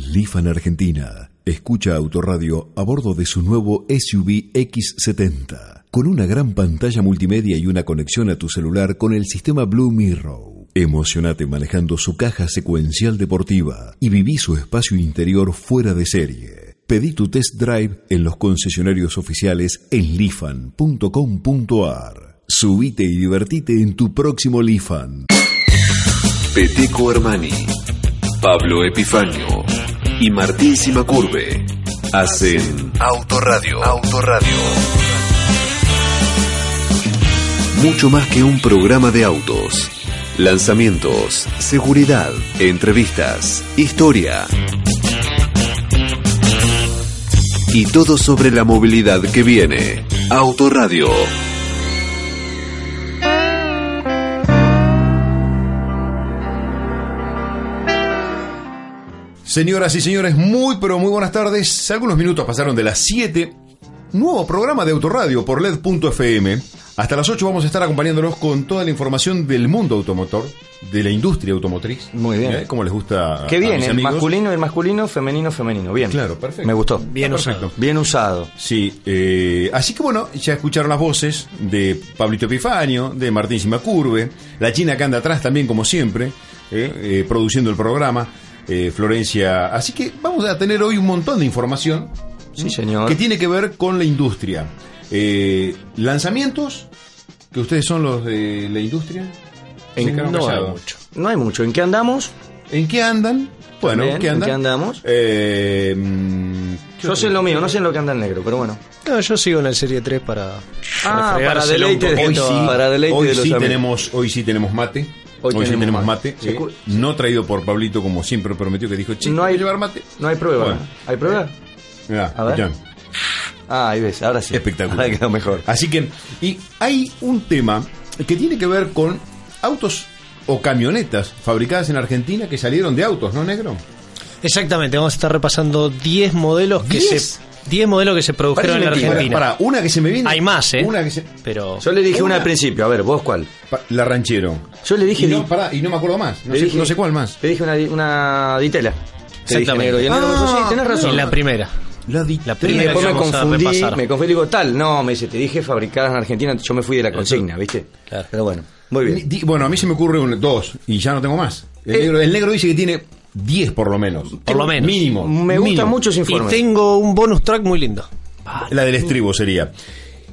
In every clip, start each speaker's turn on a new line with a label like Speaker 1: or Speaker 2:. Speaker 1: Lifan Argentina. Escucha Autoradio a bordo de su nuevo SUV X70, con una gran pantalla multimedia y una conexión a tu celular con el sistema Blue Mirror. Emocionate manejando su caja secuencial deportiva y viví su espacio interior fuera de serie. Pedí tu test drive en los concesionarios oficiales en lifan.com.ar. Subite y divertite en tu próximo Lifan.
Speaker 2: Peteco Armani, Pablo Epifanio y Martín Curve hacen Autoradio. Autoradio. Mucho más que un programa de autos. Lanzamientos, seguridad, entrevistas, historia. Y todo sobre la movilidad que viene. Autoradio.
Speaker 1: Señoras y señores, muy pero muy buenas tardes. Algunos minutos pasaron de las 7. Nuevo programa de Autoradio por E LED.fm. Hasta las 8 vamos a estar acompañándonos con toda la información del mundo automotor, de la industria automotriz.
Speaker 3: Muy bien.
Speaker 1: ¿Eh? Como les gusta. a-
Speaker 3: Qué
Speaker 1: a
Speaker 3: bien,
Speaker 1: mis
Speaker 3: el
Speaker 1: amigos.
Speaker 3: masculino, el masculino, femenino, femenino. Bien.
Speaker 1: Claro, perfecto.
Speaker 3: Me gustó.
Speaker 1: Bien Perfecto. usado.
Speaker 3: Bien usado.
Speaker 1: Sí, eh, así que bueno, ya escucharon las voces de Pablito Epifanio, de Martín Simacurve, la China que anda atrás también como siempre, eh, eh, produciendo el programa, eh, Florencia. Así que vamos a tener hoy un montón de información
Speaker 3: Sí, señor.
Speaker 1: que tiene que ver con la industria. Eh, lanzamientos, que ustedes son los de la industria. Se quedaron
Speaker 3: no hay
Speaker 1: callados.
Speaker 3: mucho. No hay mucho. ¿En qué andamos?
Speaker 1: ¿En qué andan? Bueno,
Speaker 3: También,
Speaker 1: ¿en qué andan?
Speaker 3: ¿en qué andamos?
Speaker 1: Eh, mm,
Speaker 3: Yo sé lo mío, no sé en lo que anda el negro, pero bueno.
Speaker 4: No, yo sigo en el Serie 3 Ah, para.
Speaker 3: Ah,
Speaker 4: fregársela
Speaker 3: para
Speaker 4: un
Speaker 3: deleite
Speaker 4: poco.
Speaker 3: de-
Speaker 1: Hoy
Speaker 3: Esto,
Speaker 1: sí,
Speaker 3: para deleite
Speaker 1: hoy
Speaker 3: de los
Speaker 1: sí
Speaker 3: amigos.
Speaker 1: tenemos, hoy sí tenemos mate. Hoy, sí tenemos mate.
Speaker 3: Se
Speaker 1: eh,
Speaker 3: cu-
Speaker 1: no traído por Pablito como siempre prometió que dijo, che,
Speaker 3: No
Speaker 1: no
Speaker 3: hay-
Speaker 1: hay llevar mate.
Speaker 3: No hay prueba.
Speaker 1: Bueno.
Speaker 3: ¿Hay prueba?
Speaker 1: Mirá,
Speaker 3: A ver.
Speaker 1: escuchá,
Speaker 3: Ah, ahí ves, ahora sí.
Speaker 1: espectacular.
Speaker 3: Ahora quedó mejor.
Speaker 1: Así que, y hay un tema que tiene que ver con autos o camionetas fabricadas en Argentina que salieron de autos, ¿no, negro?
Speaker 4: Exactamente, vamos a estar repasando 10 modelos que
Speaker 1: ¿Diez?
Speaker 4: se. 10 modelos que se produjeron
Speaker 3: Parece
Speaker 4: en
Speaker 3: mentira.
Speaker 4: Argentina.
Speaker 1: Para, una que se me viene.
Speaker 4: Hay más, ¿eh?
Speaker 1: Una que se.
Speaker 4: Pero.
Speaker 3: Yo le dije
Speaker 1: Una.
Speaker 3: una al principio, a ver, vos cuál.
Speaker 1: pa- la ranchero.
Speaker 3: Yo le dije.
Speaker 1: Y no,
Speaker 3: di-
Speaker 1: pará, y no me acuerdo más. No,
Speaker 3: le
Speaker 1: sé,
Speaker 3: dije-
Speaker 1: no sé cuál más.
Speaker 3: Le dije una, di- una ditela. Te dije
Speaker 4: Exactamente.
Speaker 3: negro y el negro me dijo, sí, tenés razón.
Speaker 4: Y la primera.
Speaker 1: La,
Speaker 4: La
Speaker 3: Y
Speaker 4: primera
Speaker 3: después
Speaker 4: que
Speaker 3: me
Speaker 4: vamos a
Speaker 3: confundí,
Speaker 4: repasar.
Speaker 3: me confundí, digo, tal, no, me dice, te dije fabricadas en Argentina, yo me fui de la consigna, ¿viste?
Speaker 4: Claro.
Speaker 3: Pero bueno, muy bien.
Speaker 1: Di- Bueno, a mí se me ocurre un- dos y ya no tengo más. El,
Speaker 3: Eh.
Speaker 1: negro, el negro dice que tiene 10 por lo menos.
Speaker 4: Por lo menos.
Speaker 1: Mínimo.
Speaker 3: Me gusta
Speaker 1: mínimo.
Speaker 3: mucho ese
Speaker 4: Y
Speaker 3: informe.
Speaker 4: tengo un bonus track muy lindo.
Speaker 1: La del estribo sería.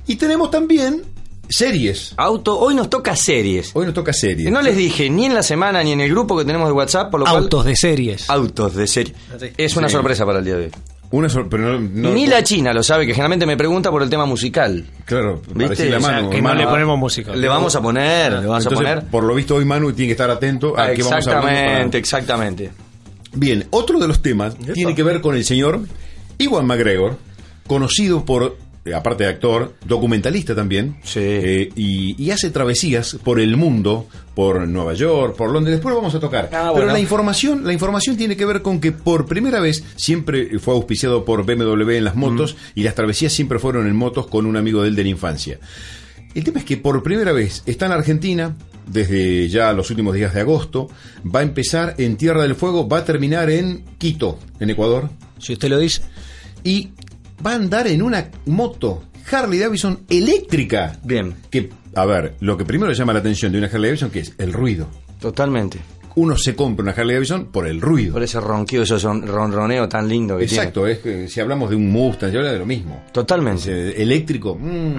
Speaker 1: Y tenemos también series.
Speaker 3: Auto, hoy nos toca series.
Speaker 1: Hoy nos toca series.
Speaker 3: No les dije ni en la semana ni en el grupo que tenemos de WhatsApp, por lo cual-
Speaker 4: Autos de series.
Speaker 1: Ah,
Speaker 3: Autos de serie.
Speaker 4: Sí.
Speaker 3: Es una
Speaker 1: Sí.
Speaker 3: sorpresa para el día de hoy.
Speaker 1: Una sor- pero no, no-
Speaker 3: ni la China lo sabe, que generalmente me pregunta por el tema musical.
Speaker 1: Claro,
Speaker 3: ¿Viste?
Speaker 1: parecía la
Speaker 3: O sea,
Speaker 1: mano.
Speaker 4: que no
Speaker 1: hermano.
Speaker 4: le ponemos música.
Speaker 3: Le vamos a poner, le vamos
Speaker 1: Ah, Entonces,
Speaker 3: a poner.
Speaker 1: Por lo visto hoy Manu tiene que estar atento a qué vamos a hablar
Speaker 3: exactamente,
Speaker 1: para-
Speaker 3: exactamente.
Speaker 1: Bien, otro de los temas tiene que ver con el señor Iwan McGregor, conocido por, eh, aparte de actor, documentalista también,
Speaker 3: Sí.
Speaker 1: eh, y, y hace travesías por el mundo, por Nueva York, por Londres, después lo vamos a tocar.
Speaker 3: Ah,
Speaker 1: Pero
Speaker 3: bueno.
Speaker 1: la información, la información tiene que ver con que por primera vez siempre fue auspiciado por BMW en las motos y las travesías siempre fueron en motos con un amigo de él de la infancia. El tema es que por primera vez está en Argentina, desde ya los últimos días de agosto, va a empezar en Tierra del Fuego, va a terminar en Quito, en Ecuador,
Speaker 4: Si usted lo dice.
Speaker 1: y va a andar en una moto Harley Davidson eléctrica.
Speaker 3: Bien.
Speaker 1: Que, a ver, lo que primero llama la atención de una Harley Davidson que es el ruido.
Speaker 3: Totalmente.
Speaker 1: Uno se compra una Harley Davidson por el ruido.
Speaker 3: Por ese ronquido, ese son- ronroneo tan lindo que tiene.
Speaker 1: Exacto, es que si hablamos de un Mustang, se habla de lo mismo.
Speaker 3: Totalmente.
Speaker 1: Eh, eléctrico. mm.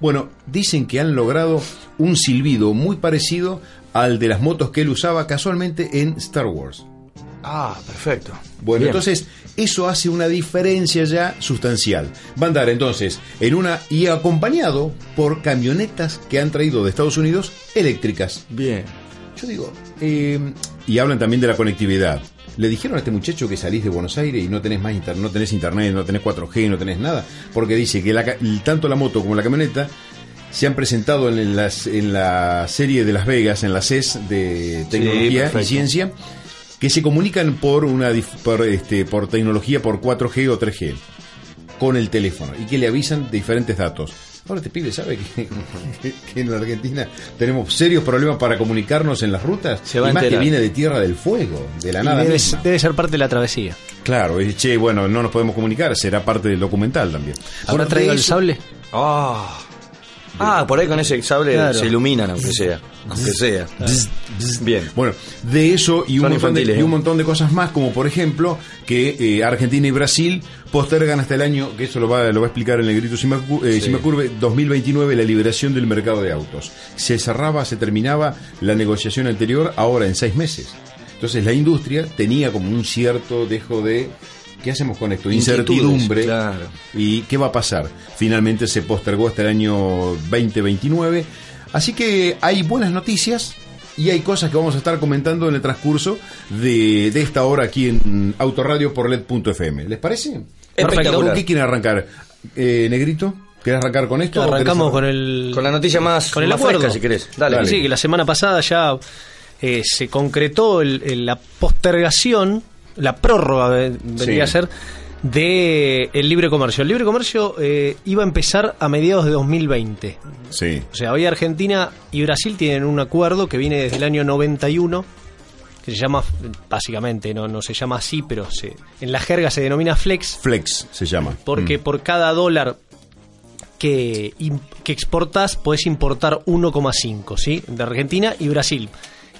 Speaker 1: Bueno, dicen que han logrado un silbido muy parecido al de las motos que él usaba casualmente en Star Wars.
Speaker 3: Ah, perfecto.
Speaker 1: Bueno,
Speaker 3: Bien.
Speaker 1: entonces eso hace una diferencia ya sustancial. Va a andar entonces en una y acompañado por camionetas que han traído de Estados Unidos eléctricas.
Speaker 3: Bien.
Speaker 1: Yo digo, eh, y hablan también de la conectividad. le dijeron a este muchacho que salís de Buenos Aires y no tenés más internet, no tenés internet, no tenés 4G, no tenés nada, porque dice que la ca- tanto la moto como la camioneta se han presentado en, las, en la serie de Las Vegas, en la CES de Tecnología y
Speaker 3: perfecto.
Speaker 1: Ciencia, que se comunican por una dif- por, este, por tecnología por 4G o 3G con el teléfono y que le avisan de diferentes datos. Ahora este pibe sabe que, que- que en la Argentina tenemos serios problemas para comunicarnos en las rutas.
Speaker 3: Se va a
Speaker 1: y más que
Speaker 3: enterar.
Speaker 1: viene de Tierra del Fuego, de la
Speaker 4: Y
Speaker 1: nada.
Speaker 4: debe,
Speaker 1: misma.
Speaker 4: debe ser parte de la travesía.
Speaker 1: Claro, y, che, bueno, no nos podemos comunicar, será parte del documental también.
Speaker 4: ¿Habrá
Speaker 1: Bueno,
Speaker 4: traído
Speaker 1: de
Speaker 4: el
Speaker 1: eso-
Speaker 4: sable?
Speaker 3: Ah. Ah, por ahí con ese sable
Speaker 4: Claro.
Speaker 3: se iluminan, aunque sea. Aunque sea. Bien.
Speaker 1: Bueno, de eso y un, montón
Speaker 3: Son
Speaker 1: de,
Speaker 3: infantiles,
Speaker 1: y un
Speaker 3: ¿eh?
Speaker 1: montón de cosas más, como por ejemplo que eh, Argentina y Brasil postergan hasta el año, que eso lo va, lo va a explicar el negrito Simacu- eh, Simacurve, 2029 la liberación del mercado de autos. Se cerraba, se terminaba la negociación anterior, ahora en seis meses. Entonces la industria tenía como un cierto dejo de... ¿Qué hacemos con esto? Incertidumbre.
Speaker 3: Inquietudes, claro.
Speaker 1: ¿Y qué va a pasar? Finalmente se postergó hasta el año 2029. Así que hay buenas noticias y hay cosas que vamos a estar comentando en el transcurso de, de esta hora aquí en Autoradio por E LED.fm. ¿Les parece?
Speaker 3: Espectacular.
Speaker 1: ¿Con qué quieren arrancar? Eh, Negrito, ¿querés arrancar con esto? o querés
Speaker 4: Arrancamos
Speaker 1: arran-
Speaker 4: con el...
Speaker 3: Con la noticia más,
Speaker 4: con el
Speaker 3: más
Speaker 4: acuerdo.
Speaker 3: fresca, si querés. Dale.
Speaker 1: Dale.
Speaker 4: Sí, que la semana pasada ya eh, se concretó el- el- la postergación, la prórroga eh, vendría
Speaker 1: Sí.
Speaker 4: a ser, de el libre comercio. El libre comercio eh, iba a empezar a mediados de 2020.
Speaker 1: Sí.
Speaker 4: O sea, hoy Argentina y Brasil tienen un acuerdo que viene desde el año 91, que se llama, básicamente, no, no se llama así, pero se, en la jerga se denomina flex,
Speaker 1: Flex se llama.
Speaker 4: porque por cada dólar que, im- que exportas podés importar 1,5, ¿sí? De Argentina y Brasil.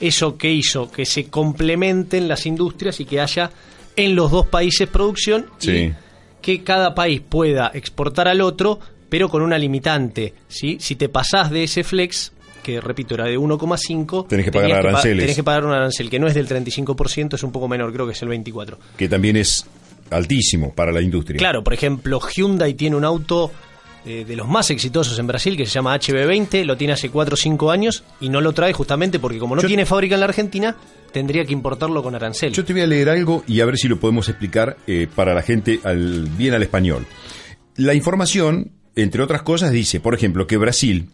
Speaker 4: Eso que hizo que se complementen las industrias y que haya en los dos países producción
Speaker 1: Sí.
Speaker 4: y que cada país pueda exportar al otro, pero con una limitante, ¿sí? Si te pasás de ese flex que repito, era de 1,5.
Speaker 1: Tenés que
Speaker 4: tenías
Speaker 1: pagar
Speaker 4: pa-
Speaker 1: aranceles.
Speaker 4: Tenés que pagar un arancel que no es del 35%, es un poco menor, creo que es el 24%.
Speaker 1: Que también es altísimo para la industria.
Speaker 4: Claro, por ejemplo, Hyundai tiene un auto eh, de los más exitosos en Brasil que se llama HB20, lo tiene hace 4 o 5 años y no lo trae justamente porque como no
Speaker 1: Yo-
Speaker 4: tiene fábrica en la Argentina, tendría que importarlo con arancel.
Speaker 1: Yo te voy a leer algo y a ver si lo podemos explicar eh, para la gente al, bien al español. La información, entre otras cosas, dice, por ejemplo, que Brasil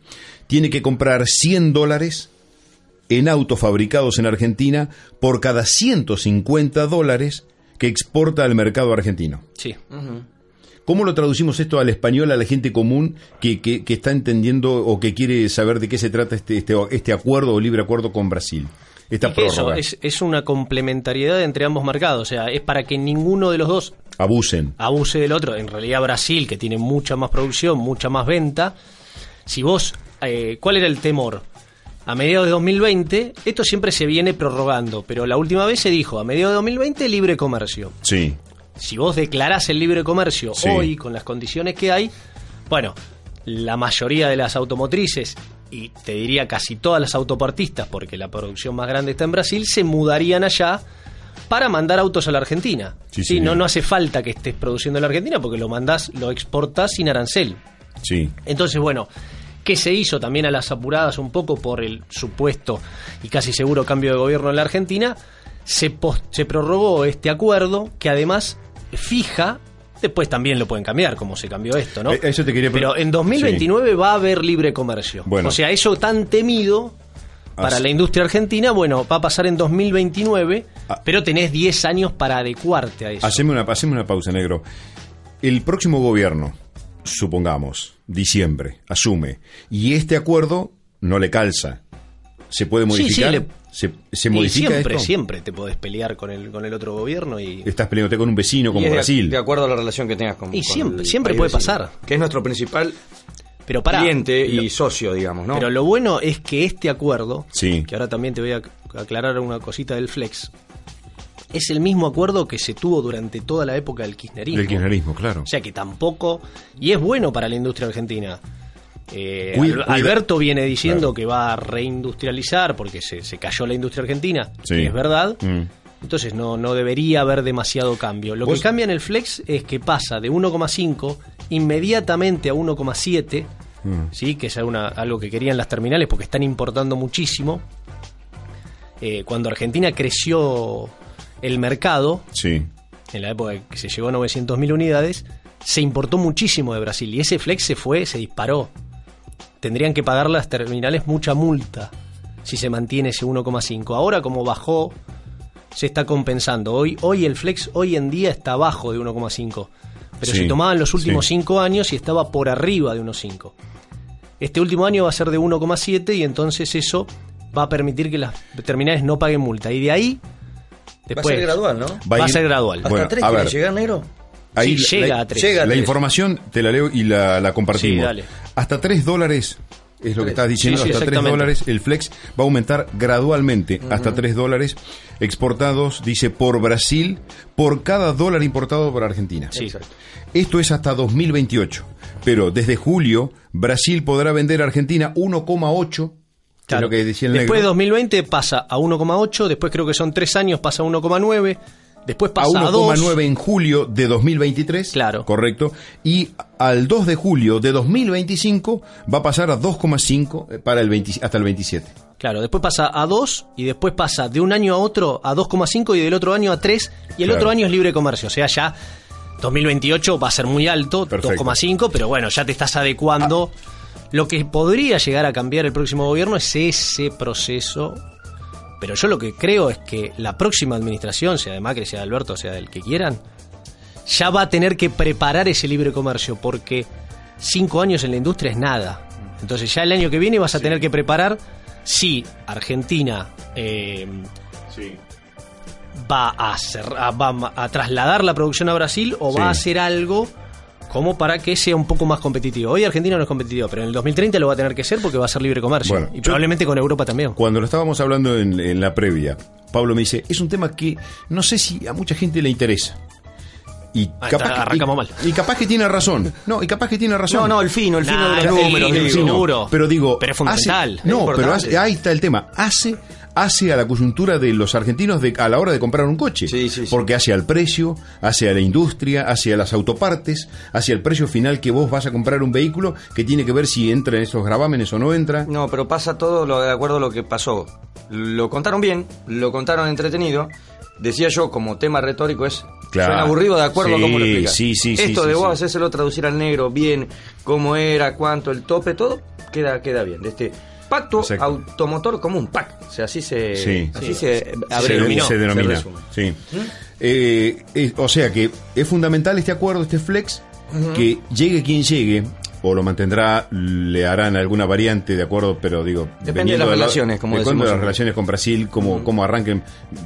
Speaker 1: tiene que comprar 100 dólares en autos fabricados en Argentina por cada 150 dólares que exporta al mercado argentino.
Speaker 4: Sí.
Speaker 1: ¿Cómo lo traducimos esto al español, a la gente común que, que- que está entendiendo o que quiere saber de qué se trata este, este, este acuerdo o libre acuerdo con Brasil? Esta
Speaker 4: Y que eso
Speaker 1: prórroga.
Speaker 4: es, es una complementariedad entre ambos mercados, o sea, es para que ninguno de los dos
Speaker 1: Abusen.
Speaker 4: abuse del otro. En realidad Brasil, que tiene mucha más producción, mucha más venta, si vos, eh, ¿cuál era el temor? A mediados de 2020, esto siempre se viene prorrogando, pero la última vez se dijo, a mediados de 2020 libre comercio.
Speaker 1: Sí.
Speaker 4: Si vos declarás el libre comercio
Speaker 1: Sí.
Speaker 4: hoy con las condiciones que hay, bueno, la mayoría de las automotrices y te diría casi todas las autopartistas, porque la producción más grande está en Brasil, se mudarían allá para mandar autos a la Argentina.
Speaker 1: Sí,
Speaker 4: Sí, no,
Speaker 1: señor.
Speaker 4: no hace falta que estés produciendo en la Argentina porque lo mandás, lo exportás sin arancel.
Speaker 1: Sí.
Speaker 4: Entonces, bueno, ¿qué se hizo también a las apuradas un poco por el supuesto y casi seguro cambio de gobierno en la Argentina? Se, pos- se prorrogó este acuerdo que además fija, después también lo pueden cambiar, como se cambió esto, ¿no?
Speaker 1: Eh, eso te quería pre-
Speaker 4: Pero en 2029 va a haber libre comercio.
Speaker 1: Bueno.
Speaker 4: O sea, eso tan temido para
Speaker 1: Así-
Speaker 4: la industria argentina, bueno, va a pasar en 2029,
Speaker 1: Ah.
Speaker 4: pero tenés 10 años para adecuarte a eso.
Speaker 1: Haceme una, haceme una pausa, negro. El próximo gobierno, supongamos, diciembre, asume, y este acuerdo no le calza. ¿Se puede
Speaker 4: Sí, sí,
Speaker 1: modificar?
Speaker 4: le-
Speaker 1: ¿Se, se
Speaker 4: y
Speaker 1: modifica
Speaker 4: siempre,
Speaker 1: esto?
Speaker 4: siempre te podés pelear con el, con el otro gobierno y...
Speaker 1: Estás peleándote con un vecino como
Speaker 3: Y es de-
Speaker 1: Brasil.
Speaker 3: De acuerdo a la relación que tengas con.
Speaker 4: Y
Speaker 3: con
Speaker 4: siempre-
Speaker 3: el
Speaker 4: siempre
Speaker 3: país
Speaker 4: puede
Speaker 3: vecino,
Speaker 4: pasar.
Speaker 3: Que es nuestro principal
Speaker 4: Pero para...
Speaker 3: cliente y socio, digamos, ¿no?
Speaker 4: Pero lo bueno es que este acuerdo,
Speaker 1: Sí.
Speaker 4: que ahora también te voy a aclarar una cosita del Flex, es el mismo acuerdo que se tuvo durante toda la época del kirchnerismo.
Speaker 1: Del kirchnerismo, claro.
Speaker 4: O sea que tampoco... Y es bueno para la industria argentina. Eh,
Speaker 1: Cuida-
Speaker 4: Al-
Speaker 1: cuida-
Speaker 4: Alberto viene diciendo
Speaker 1: Claro.
Speaker 4: que va a reindustrializar porque se, se cayó la industria argentina.
Speaker 1: Sí.
Speaker 4: y es verdad.
Speaker 1: Mm.
Speaker 4: Entonces no, no debería haber demasiado cambio. Lo
Speaker 1: ¿Vos-
Speaker 4: que cambia en el flex es que pasa de 1,5 inmediatamente a 1,7,
Speaker 1: mm.
Speaker 4: ¿sí? que es una- algo que querían las terminales porque están importando muchísimo. Eh, cuando Argentina creció el mercado,
Speaker 1: Sí.
Speaker 4: en la época que se llegó a 900.000 unidades, se importó muchísimo de Brasil y ese flex se fue, se disparó. Tendrían que pagar las terminales mucha multa si se mantiene ese 1,5. Ahora como bajó, se está compensando. Hoy, hoy el flex hoy en día está abajo de 1,5. Pero
Speaker 1: Sí,
Speaker 4: se tomaban los últimos
Speaker 1: sí.
Speaker 4: 5 años y estaba por arriba de 1,5. Este último año va a ser de 1,7 y entonces eso va a permitir que las terminales no paguen multa. Y de ahí... Después,
Speaker 3: Va a ser gradual, ¿no?
Speaker 4: Va a ser gradual.
Speaker 3: ¿Hasta
Speaker 1: Bueno,
Speaker 3: tres
Speaker 1: a
Speaker 3: quiere
Speaker 1: ver.
Speaker 3: llegar negro?
Speaker 1: Ahí
Speaker 4: Sí,
Speaker 1: la-
Speaker 4: llega
Speaker 1: la-
Speaker 4: a tres.
Speaker 3: llega a
Speaker 1: La
Speaker 3: tres.
Speaker 1: información te la leo y la, la compartimos.
Speaker 4: Sí, dale.
Speaker 1: Hasta 3 dólares es lo que
Speaker 3: Tres.
Speaker 1: estás diciendo.
Speaker 4: Sí, sí,
Speaker 1: hasta 3
Speaker 4: exactamente.
Speaker 1: dólares el flex va a aumentar gradualmente. Hasta 3 dólares exportados, dice, por Brasil por cada dólar importado por Argentina.
Speaker 4: Sí.
Speaker 1: Esto es hasta 2028. Pero desde julio, Brasil podrá vender a Argentina 1,8. que es
Speaker 4: Claro.
Speaker 1: lo que decía el
Speaker 4: después de
Speaker 1: negro,
Speaker 4: 2020 pasa a 1,8, después creo que son 3 años, pasa a 1,9, después
Speaker 1: a
Speaker 4: pasa a, 2.
Speaker 1: 1,9 en julio de 2023.
Speaker 4: Claro.
Speaker 1: Correcto. Y al 2 de julio de 2025 va a pasar a 2,5 eh, para el 20 hasta el 27.
Speaker 4: Claro, después pasa a 2 y después pasa de un año a otro a 2,5 y del otro año a 3 y el
Speaker 1: Claro.
Speaker 4: otro año es libre comercio, o sea, ya 2028 va a ser muy alto,
Speaker 1: Perfecto. Ah.
Speaker 4: 2,5, pero bueno, ya te estás adecuando. Lo que podría llegar a cambiar el próximo gobierno es ese proceso. Pero yo lo que creo es que la próxima administración, sea de Macri, sea de Alberto, sea del que quieran, ya va a tener que preparar ese libre comercio, porque cinco años en la industria es nada. Entonces ya el año que viene vas a tener que preparar si Argentina eh, va, a cer- a- va a trasladar la producción a Brasil o va a
Speaker 1: Sí.
Speaker 4: hacer algo como para que sea un poco más competitivo. Hoy Argentina no es competitiva, pero en el 2030 lo va a tener que ser porque va a ser libre comercio.
Speaker 1: Bueno,
Speaker 4: y
Speaker 1: yo-
Speaker 4: probablemente con Europa también.
Speaker 1: Cuando lo estábamos hablando en, en la previa, Pablo me dice, es un tema que no sé si a mucha gente le interesa. Y
Speaker 4: Ah,
Speaker 1: capaz,
Speaker 4: está,
Speaker 1: que-
Speaker 4: arrancamos
Speaker 1: y-
Speaker 4: mal.
Speaker 1: y capaz que tiene razón. No, y capaz que tiene razón.
Speaker 3: No, no, el fino, el fino
Speaker 4: Nah,
Speaker 3: de
Speaker 4: el
Speaker 3: los números.
Speaker 4: fino,
Speaker 3: digo.
Speaker 4: el
Speaker 1: Sí, no,
Speaker 4: seguro.
Speaker 1: pero digo.
Speaker 4: Pero es fundamental,
Speaker 1: hace- no,
Speaker 3: es
Speaker 1: pero
Speaker 3: importante.
Speaker 1: hace- ahí está el tema. Hace hace a la coyuntura de los argentinos de- a la hora de comprar un coche.
Speaker 3: Sí, sí, sí.
Speaker 1: Porque hace al precio, hace a la industria, hace a las autopartes, hace al precio final que vos vas a comprar un vehículo que tiene que ver si entra en esos gravámenes o no entra.
Speaker 3: No, pero pasa todo lo, de acuerdo a lo que pasó. Lo contaron bien, lo contaron entretenido. Decía yo, como tema retórico, es
Speaker 1: Claro.
Speaker 3: suena aburrido de
Speaker 1: Sí,
Speaker 3: acuerdo a cómo lo explicas.
Speaker 1: sí, sí, sí,
Speaker 3: Esto
Speaker 1: sí,
Speaker 3: de vos
Speaker 1: sí.
Speaker 3: hacérselo traducir al negro bien, cómo era, cuánto, el tope, todo, queda, queda bien. De este pacto
Speaker 1: Exacto.
Speaker 3: automotor como un pacto. O sea, así se,
Speaker 1: Sí.
Speaker 3: así
Speaker 1: Sí.
Speaker 3: se
Speaker 1: se
Speaker 3: abre-
Speaker 1: denomina.
Speaker 3: se
Speaker 1: se denomina,
Speaker 3: resume.
Speaker 1: sí. Eh, eh, o sea que es fundamental este acuerdo, este flex, que llegue quien llegue, o lo mantendrá, le harán alguna variante de acuerdo, pero digo...
Speaker 3: Depende de
Speaker 1: veniendo
Speaker 3: las
Speaker 1: la-
Speaker 3: relaciones, como
Speaker 1: de cuándo
Speaker 3: decimos
Speaker 1: las
Speaker 3: siempre.
Speaker 1: relaciones con Brasil, cómo, cómo arranquen.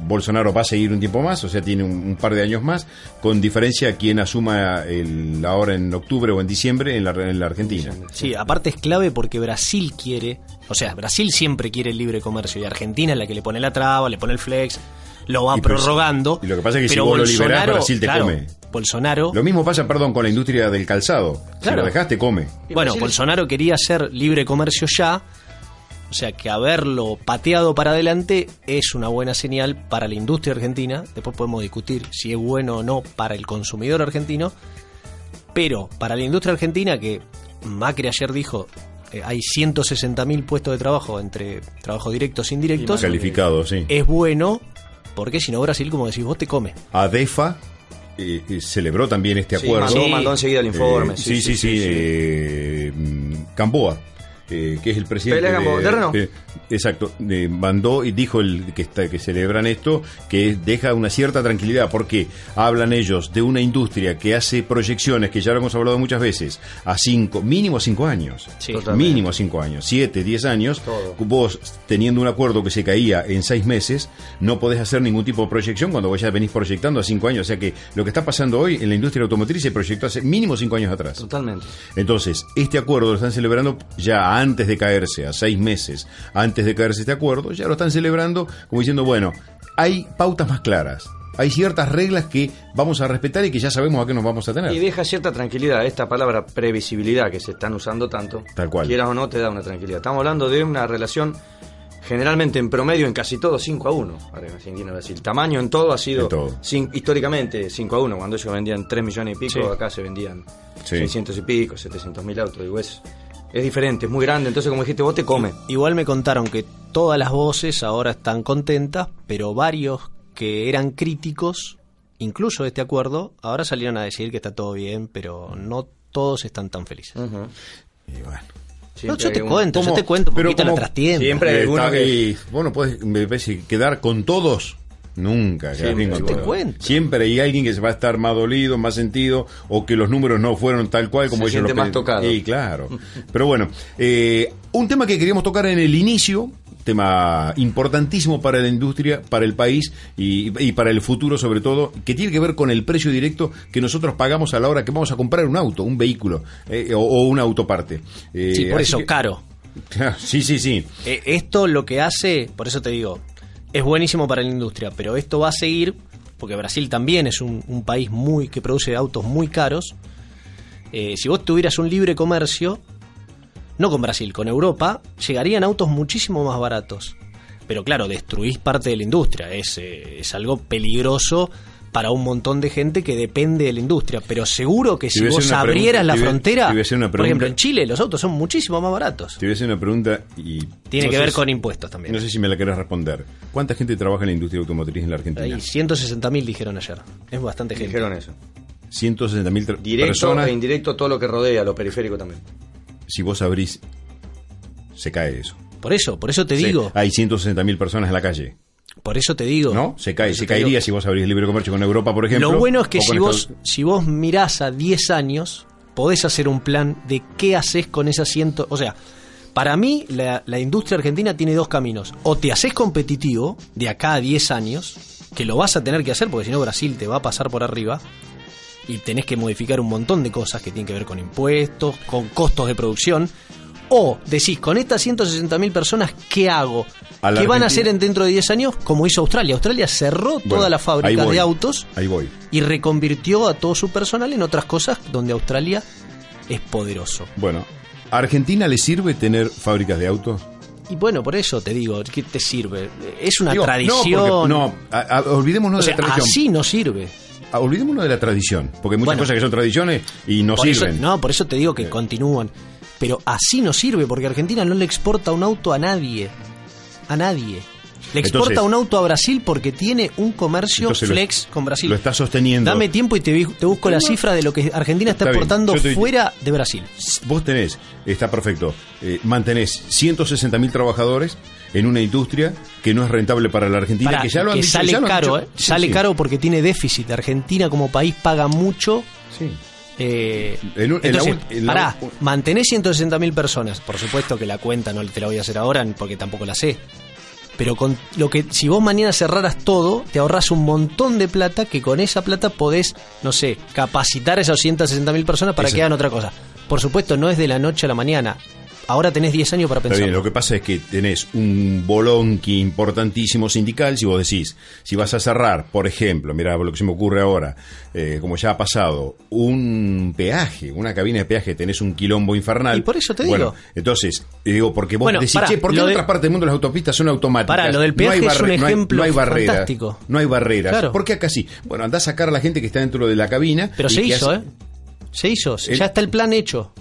Speaker 1: Bolsonaro va a seguir un tiempo más, o sea, tiene un, un par de años más, con diferencia a quien asuma el, ahora en octubre o en diciembre en la, en la Argentina.
Speaker 4: Sí, aparte es clave porque Brasil quiere, o sea, Brasil siempre quiere el libre comercio y Argentina es la que le pone la traba, le pone el flex, lo va
Speaker 1: Y pues,
Speaker 4: prorrogando.
Speaker 1: y lo que pasa es que si
Speaker 4: pero
Speaker 1: vos lo
Speaker 4: Bolsonaro-
Speaker 1: liberás, Brasil te
Speaker 4: claro,
Speaker 1: come.
Speaker 4: Bolsonaro,
Speaker 1: Lo mismo pasa, perdón, con la industria del calzado. Si
Speaker 4: Claro.
Speaker 1: lo dejaste, come.
Speaker 4: bueno,
Speaker 3: Brasil-
Speaker 4: Bolsonaro quería hacer libre comercio ya, o sea que haberlo pateado para adelante es una buena señal para la industria argentina. Después podemos discutir si es bueno o no para el consumidor argentino, pero para la industria argentina que Macri ayer dijo eh, hay 160.000 puestos de trabajo entre trabajo directos e indirectos.
Speaker 1: Calificado, sí.
Speaker 4: es bueno porque si no Brasil, como decís vos, te come.
Speaker 1: ADEFA eh, eh, celebró también este
Speaker 3: Sí,
Speaker 1: acuerdo.
Speaker 3: mandó, mandó enseguida el informe.
Speaker 1: Eh, sí, sí, sí. eh, mm, Gamboa, eh, que es el presidente.
Speaker 3: Pele Gamboa, ¿de Renault?
Speaker 1: eh, exacto. eh, mandó y dijo el que, está, que celebran esto, que deja una cierta tranquilidad, porque hablan ellos de una industria que hace proyecciones, que ya lo hemos hablado muchas veces, a cinco, mínimo cinco años.
Speaker 4: Sí.
Speaker 3: Totalmente.
Speaker 1: Mínimo cinco años, siete, diez años.
Speaker 3: Todo.
Speaker 1: Vos, teniendo un acuerdo que se caía en seis meses, no podés hacer ningún tipo de proyección cuando vos ya venís proyectando a cinco años. O sea que lo que está pasando hoy en la industria automotriz se proyectó hace mínimo cinco años atrás.
Speaker 3: Totalmente.
Speaker 1: Entonces, este acuerdo lo están celebrando ya antes de caerse, a seis meses antes de caerse este acuerdo, ya lo están celebrando como diciendo, bueno, hay pautas más claras, hay ciertas reglas que vamos a respetar y que ya sabemos a qué nos vamos a
Speaker 3: Y
Speaker 1: tener.
Speaker 3: deja cierta tranquilidad, esta palabra previsibilidad que se están usando tanto.
Speaker 1: Tal cual.
Speaker 3: Quieras o no, te da una tranquilidad. Estamos hablando de una relación generalmente en promedio en casi todo 5 a 1. Argentina Brasil. Tamaño en todo ha sido
Speaker 1: En todo.
Speaker 3: cin- históricamente 5 a 1. Cuando ellos vendían 3 millones y pico, acá se vendían
Speaker 1: Sí.
Speaker 3: 600 y pico, 700 mil autos. Digo, es, es diferente, es muy grande. Entonces, como dijiste, vos te comes.
Speaker 4: Igual me contaron que todas las voces ahora están contentas, pero varios que eran críticos, incluso de este acuerdo, ahora salieron a decir que está todo bien, pero no todos están tan felices.
Speaker 1: Y bueno.
Speaker 4: No,
Speaker 3: Siempre
Speaker 4: yo
Speaker 3: hay
Speaker 4: te
Speaker 3: un-
Speaker 4: cuento, yo
Speaker 1: ¿Cómo?
Speaker 4: te cuento un
Speaker 1: Pero
Speaker 4: poquito la
Speaker 1: ¿cómo?
Speaker 4: trastienda.
Speaker 3: Siempre hay
Speaker 1: Eh,
Speaker 3: alguno
Speaker 1: está-
Speaker 3: que-
Speaker 1: y, bueno, puedes, me parece, quedar con todos. Nunca, quedar
Speaker 3: Siempre
Speaker 1: bien con
Speaker 3: hay
Speaker 1: todos.
Speaker 4: uno. Te cuento.
Speaker 1: siempre hay alguien que se va a estar más dolido, más sentido, o que los números no fueron tal cual como
Speaker 3: Se
Speaker 1: ellos
Speaker 3: siente
Speaker 1: lo
Speaker 3: más
Speaker 1: pe-
Speaker 3: tocado.
Speaker 1: Y claro. Pero bueno, eh, un tema que queríamos tocar en el inicio, tema importantísimo para la industria, para el país y, y para el futuro sobre todo, que tiene que ver con el precio directo que nosotros pagamos a la hora que vamos a comprar un auto, un vehículo eh, o, o una autoparte. Eh,
Speaker 4: Sí, por
Speaker 1: así
Speaker 4: eso,
Speaker 1: que-
Speaker 4: caro.
Speaker 1: Claro, sí, sí, sí.
Speaker 4: Eh, esto lo que hace, por eso te digo, es buenísimo para la industria, pero esto va a seguir, porque Brasil también es un, un país muy que produce autos muy caros. Eh, si vos tuvieras un libre comercio, no con Brasil, con Europa, llegarían autos muchísimo más baratos. Pero claro, destruís parte de la industria, es, eh, es algo peligroso para un montón de gente que depende de la industria, pero seguro que si
Speaker 1: voy a hacer
Speaker 4: vos
Speaker 1: una
Speaker 4: abrieras
Speaker 1: pregunta,
Speaker 4: la
Speaker 1: te voy a-
Speaker 4: frontera,
Speaker 1: te voy a hacer una
Speaker 4: por ejemplo,
Speaker 1: pregunta.
Speaker 4: en Chile los autos son muchísimo más baratos.
Speaker 1: Te voy a hacer una pregunta y...
Speaker 4: Tiene
Speaker 1: no
Speaker 4: que
Speaker 1: sé
Speaker 4: ver
Speaker 1: si-
Speaker 4: con impuestos también.
Speaker 1: No sé si me la querés responder. ¿Cuánta gente trabaja en la industria automotriz en la
Speaker 4: Ahí,
Speaker 1: Argentina?
Speaker 4: 160.000 dijeron ayer. Es bastante gente.
Speaker 3: Dijeron eso.
Speaker 1: 160.000 tra-
Speaker 3: Directo
Speaker 1: personas.
Speaker 3: e indirecto todo lo que rodea, lo periférico también.
Speaker 1: Si vos abrís, se cae eso.
Speaker 4: Por eso, por eso te
Speaker 1: Se-
Speaker 4: digo.
Speaker 1: Hay 160.000 personas en la calle.
Speaker 4: Por eso te digo.
Speaker 1: ¿No? Se cae.
Speaker 4: eso
Speaker 1: Se
Speaker 4: te
Speaker 1: caería
Speaker 4: digo.
Speaker 1: si vos abrís libre comercio con Europa, por ejemplo.
Speaker 4: Lo bueno es que
Speaker 1: o
Speaker 4: si
Speaker 1: con
Speaker 4: vos,
Speaker 1: Estados-
Speaker 4: si vos mirás a 10 años, podés hacer un plan de qué haces con ese asiento. O sea, para mí la, la industria argentina tiene dos caminos. O te haces competitivo de acá a 10 años, que lo vas a tener que hacer porque si no Brasil te va a pasar por arriba. Y tenés que modificar un montón de cosas que tienen que ver con impuestos, con costos de producción. O decís, con estas 160.000 personas, ¿qué hago?
Speaker 1: A la
Speaker 4: ¿Qué van
Speaker 1: Argentina-
Speaker 4: a hacer en- dentro de 10 años? Como hizo Australia. Australia cerró
Speaker 1: Bueno,
Speaker 4: toda la
Speaker 1: ahí
Speaker 4: fábrica
Speaker 1: voy.
Speaker 4: de autos
Speaker 1: Ahí voy.
Speaker 4: y reconvirtió a todo su personal en otras cosas donde Australia es poderoso.
Speaker 1: Bueno, ¿a Argentina le sirve tener fábricas de autos?
Speaker 4: Y bueno, por eso te digo, ¿qué te sirve? Es una
Speaker 1: Digo,
Speaker 4: tradición.
Speaker 1: No, porque- no, a- a- olvidémonos
Speaker 4: o sea,
Speaker 1: de la tradición.
Speaker 4: así no sirve.
Speaker 1: Ah, Olvidémonos de la tradición, porque hay muchas
Speaker 4: Bueno.
Speaker 1: cosas que son tradiciones y no
Speaker 4: por eso,
Speaker 1: sirven.
Speaker 4: no, por eso te digo que continúan. Pero así no sirve, porque Argentina no le exporta un auto a nadie. A nadie. Le exporta
Speaker 1: Entonces-
Speaker 4: un auto a Brasil porque tiene un comercio
Speaker 1: Entonces lo-
Speaker 4: flex con Brasil.
Speaker 1: Lo está sosteniendo.
Speaker 4: Dame tiempo y te, vi- te busco la cifra de lo que Argentina está,
Speaker 1: Está bien,
Speaker 4: exportando
Speaker 1: yo te-
Speaker 4: fuera de Brasil.
Speaker 1: Vos tenés, está perfecto, eh, mantenés 160.000 trabajadores en una industria que no es rentable para la Argentina,
Speaker 4: Pará,
Speaker 1: que ya lo han
Speaker 4: que
Speaker 1: dicho,
Speaker 4: sale
Speaker 1: ya lo han
Speaker 4: caro,
Speaker 1: dicho.
Speaker 4: ¿eh?
Speaker 1: Sí,
Speaker 4: sale
Speaker 1: sí.
Speaker 4: caro porque tiene déficit. Argentina como país paga mucho.
Speaker 1: Sí.
Speaker 4: eh,
Speaker 1: En un- en la
Speaker 4: entonces,
Speaker 1: ul- en la
Speaker 4: pará,
Speaker 1: ul-
Speaker 4: mantenés 160.000 personas. Por supuesto que la cuenta no te la voy a hacer ahora porque tampoco la sé. Pero con lo que si vos mañana cerraras todo, te ahorras un montón de plata que con esa plata podés, no sé, capacitar a esas 160.000 personas para que hagan otra cosa. Por supuesto, no es de la noche a la mañana. Ahora tenés 10 años para
Speaker 1: Está
Speaker 4: pensar.
Speaker 1: bien, lo que pasa es que tenés un bolonqui importantísimo sindical. Si vos decís, si vas a cerrar, por ejemplo, mira lo que se me ocurre ahora, eh, como ya ha pasado, un peaje, una cabina de peaje, tenés un quilombo infernal.
Speaker 4: Y por eso te
Speaker 1: Bueno,
Speaker 4: digo.
Speaker 1: Entonces, eh, digo, porque vos
Speaker 4: Bueno,
Speaker 1: decís,
Speaker 4: pará,
Speaker 1: che, ¿por qué
Speaker 4: lo
Speaker 1: en
Speaker 4: de-
Speaker 1: otras partes del mundo las autopistas son automáticas?
Speaker 4: Pará, lo del
Speaker 1: No hay
Speaker 4: peaje es un
Speaker 1: barre- no hay-
Speaker 4: ejemplo
Speaker 1: no hay barreras,
Speaker 4: fantástico.
Speaker 1: No hay barreras.
Speaker 4: Claro.
Speaker 1: ¿Por qué acá sí? Bueno, andás a sacar a la gente que está dentro de la cabina.
Speaker 4: Pero
Speaker 1: y
Speaker 4: se
Speaker 1: que
Speaker 4: hizo,
Speaker 1: hace-
Speaker 4: ¿eh? Se hizo.
Speaker 1: El-
Speaker 4: ya está el plan hecho.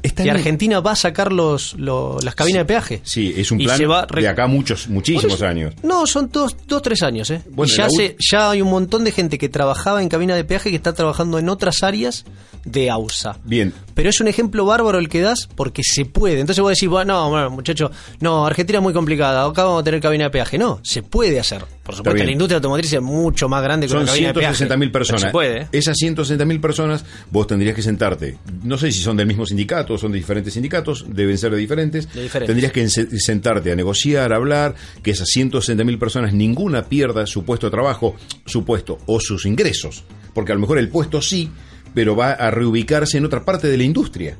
Speaker 1: Está
Speaker 4: y
Speaker 1: bien.
Speaker 4: Argentina va a sacar los, lo- las cabinas de peaje.
Speaker 1: Sí, es un
Speaker 4: Y
Speaker 1: plan
Speaker 4: se va re-
Speaker 1: de acá muchos, muchísimos
Speaker 4: Por eso-
Speaker 1: años.
Speaker 4: No, son dos, dos tres años, ¿eh?
Speaker 1: Bueno,
Speaker 4: y ya,
Speaker 1: la ul-
Speaker 4: se- ya hay un montón de gente que trabajaba en cabina de peaje que está trabajando en otras áreas de AUSA.
Speaker 1: Bien.
Speaker 4: Pero es un ejemplo bárbaro el que das porque se puede. Entonces vos decís, bueno, no, bueno, muchacho, no, Argentina es muy complicada, acá vamos a tener cabina de peaje. No, se puede hacer. Por supuesto,
Speaker 1: bien.
Speaker 4: la industria automotriz es mucho más grande que
Speaker 1: Son
Speaker 4: una cabina de peaje.
Speaker 1: 160.000 personas.
Speaker 4: Pero se puede. ¿eh?
Speaker 1: Esas 160.000 personas, vos tendrías que sentarte. No sé si son del mismo sindicato, son de diferentes sindicatos, deben ser de diferentes.
Speaker 4: De diferentes.
Speaker 1: Tendrías que ense- sentarte a negociar, a hablar, que esas 160.000 personas ninguna pierda su puesto de trabajo, su puesto o sus ingresos. Porque a lo mejor el puesto sí, pero va a reubicarse en otra parte de la industria.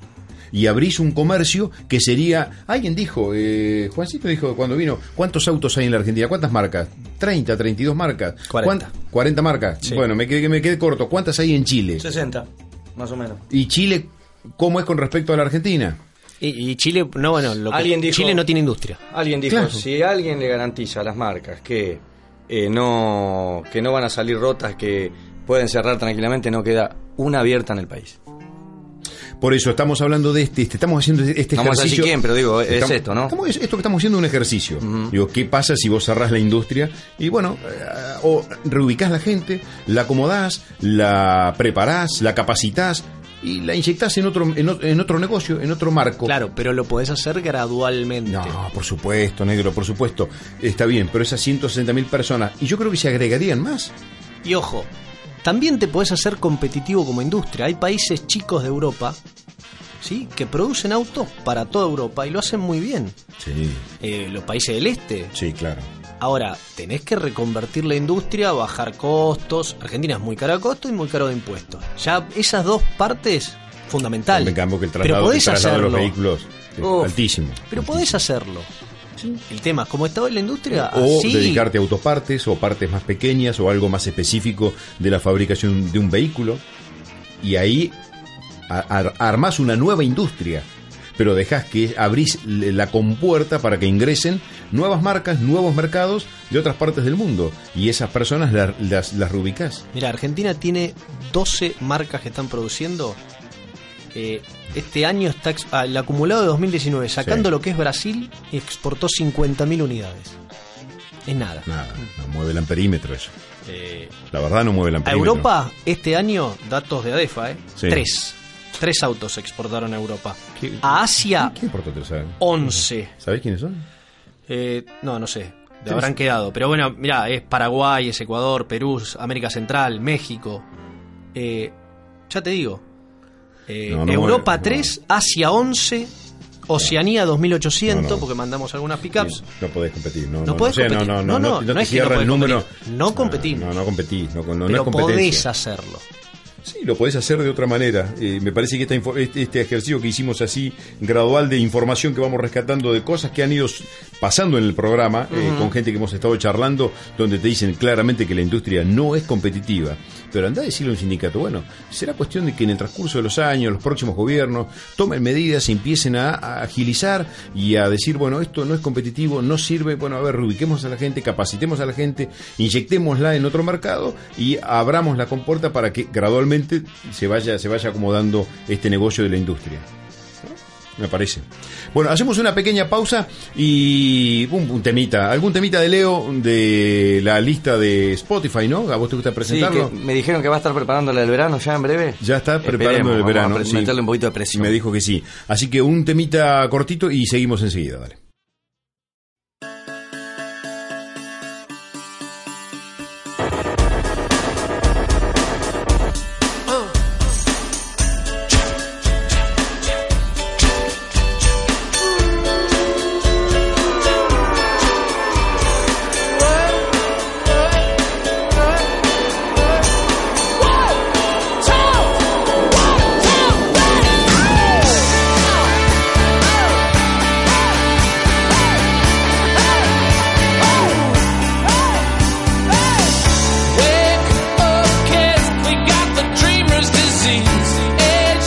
Speaker 1: Y abrís un comercio que sería. Alguien dijo, eh, Juancito dijo cuando vino, ¿cuántos autos hay en la Argentina? ¿Cuántas marcas? 30, 32 marcas.
Speaker 4: 40.
Speaker 1: ¿Cuán- 40 marcas. Bueno, me quedé, me quedé corto. ¿Cuántas hay en Chile?
Speaker 3: 60, más o menos.
Speaker 1: ¿Y Chile cómo es con respecto a la Argentina?
Speaker 4: Y, y Chile, no, bueno, lo que-
Speaker 3: Alguien dijo-
Speaker 4: Chile no tiene industria.
Speaker 3: Alguien dijo,
Speaker 1: Claro.
Speaker 3: si alguien le garantiza a las marcas que eh, no que no van a salir rotas, que pueden cerrar tranquilamente, no queda una abierta en el país.
Speaker 1: Por eso estamos hablando de este, este- estamos haciendo este
Speaker 3: No vamos a decir
Speaker 1: ejercicio.
Speaker 3: quién, pero digo, es
Speaker 1: Estamos-
Speaker 3: esto, ¿no?
Speaker 1: estamos- es esto que estamos haciendo es un ejercicio. Digo, ¿qué pasa si vos cerrás la industria? Y bueno, eh, o reubicás la gente, la acomodás, la preparás, la capacitás y la inyectás en otro, en, o- en otro negocio, en otro marco.
Speaker 4: Claro, pero lo podés hacer gradualmente.
Speaker 1: No, por supuesto, negro, por supuesto. Está bien, pero esas 160 mil personas, y yo creo que se agregarían más.
Speaker 4: Y ojo, también te podés hacer competitivo como industria. Hay países chicos de Europa, ¿sí? Que producen autos para toda Europa y lo hacen muy bien.
Speaker 1: Sí,
Speaker 4: Eh, los países del este.
Speaker 1: sí, claro.
Speaker 4: Ahora, tenés que reconvertir la industria, bajar costos. Argentina es muy cara de costos y muy caro de impuestos. Ya esas dos partes fundamentales.
Speaker 1: En cambio que el
Speaker 4: pero
Speaker 1: traslado, el
Speaker 4: podés
Speaker 1: traslado de los
Speaker 4: hacerlo.
Speaker 1: vehículos es
Speaker 3: Uf,
Speaker 1: altísimo.
Speaker 4: Pero podés hacerlo. El tema, es, como está hoy la industria,
Speaker 1: O
Speaker 4: así,
Speaker 1: dedicarte a autopartes o partes más pequeñas o algo más específico de la fabricación de un vehículo. Y ahí a- ar- armás una nueva industria. Pero dejás que abrís l- la compuerta para que ingresen nuevas marcas, nuevos mercados de otras partes del mundo. Y esas personas la- las, las reubicás.
Speaker 4: Mira, Argentina tiene 12 marcas que están produciendo. Eh, este año está ex- ah, el acumulado de 2019, sacando
Speaker 1: Sí.
Speaker 4: lo que es Brasil, exportó 50.000 unidades. Es nada.
Speaker 1: Nada, no mueve el amperímetro eso.
Speaker 4: Eh,
Speaker 1: La verdad no mueve el
Speaker 4: a
Speaker 1: amperímetro.
Speaker 4: Europa, este año, datos de ADEFA, ¿eh?
Speaker 1: Sí.
Speaker 4: Tres. Tres autos se exportaron a Europa.
Speaker 1: ¿Qué-
Speaker 4: A Asia,
Speaker 1: ¿Qué importa te lo saben?
Speaker 4: 11.
Speaker 1: ¿Sabés quiénes son?
Speaker 4: Eh, no, no sé.
Speaker 1: Tres.
Speaker 4: De habrán quedado. Pero bueno, mirá, es Paraguay, es Ecuador, Perú, América Central, México. Eh, ya te digo. Eh,
Speaker 1: No, no
Speaker 4: Europa
Speaker 1: mueve, no.
Speaker 4: 3, Asia 11, Oceanía 2800,
Speaker 1: No, no.
Speaker 4: porque mandamos algunas pickups.
Speaker 1: No, podés competir. No,
Speaker 4: No podés
Speaker 1: o sea, no,
Speaker 4: competir.
Speaker 1: No, no,
Speaker 4: No, no,
Speaker 1: te-
Speaker 4: no
Speaker 1: te
Speaker 4: es que no
Speaker 1: cierra el
Speaker 4: podés
Speaker 1: número.
Speaker 4: competir. No competimos.
Speaker 1: No, no competís. No, no, no es
Speaker 4: pero
Speaker 1: competencia.
Speaker 4: podés hacerlo.
Speaker 1: Sí, lo podés hacer de otra manera. Eh, me parece que esta info- este, este ejercicio que hicimos así, gradual de información que vamos rescatando de cosas que han ido s- pasando en el programa, eh, con gente que hemos estado charlando, donde te dicen claramente que la industria no es competitiva. Pero andá a decirle a un sindicato, bueno, será cuestión de que en el transcurso de los años, los próximos gobiernos, tomen medidas y empiecen a, a agilizar y a decir, bueno, esto no es competitivo, no sirve, bueno, a ver, reubiquemos a la gente, capacitemos a la gente, inyectémosla en otro mercado y abramos la compuerta para que gradualmente se vaya, se vaya acomodando este negocio de la industria. ¿No? Me parece. Bueno, hacemos una pequeña pausa y un, un temita, algún temita de Leo de la lista de Spotify, ¿no? ¿A vos te gusta
Speaker 3: Sí, que
Speaker 1: presentarlo?
Speaker 3: me dijeron que va a estar preparando la del verano ya en breve.
Speaker 1: Ya está
Speaker 3: Esperemos,
Speaker 1: preparando el
Speaker 3: vamos
Speaker 1: verano.
Speaker 3: A pre-
Speaker 1: sí.
Speaker 3: meterle un poquito de presión.
Speaker 1: Me dijo que sí. Así que un temita cortito y seguimos enseguida, dale.
Speaker 5: Wake up, kids! We got the dreamer's disease. Age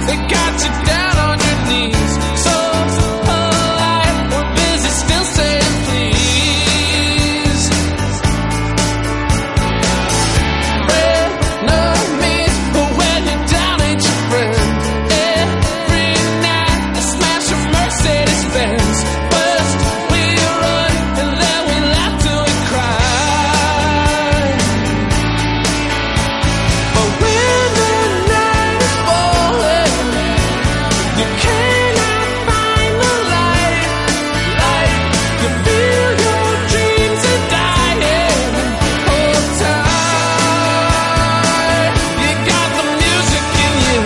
Speaker 5: 14, they got you down on your knees. So polite, we're busy still saying please. Frenemies, but when you're down, ain't your friend. Every night I smash a Mercedes Benz. First we run, and then we laugh till we cry. But when the night is falling, you cannot find the light. Light, you feel your dreams are dying. Hold tight, you got the music in you.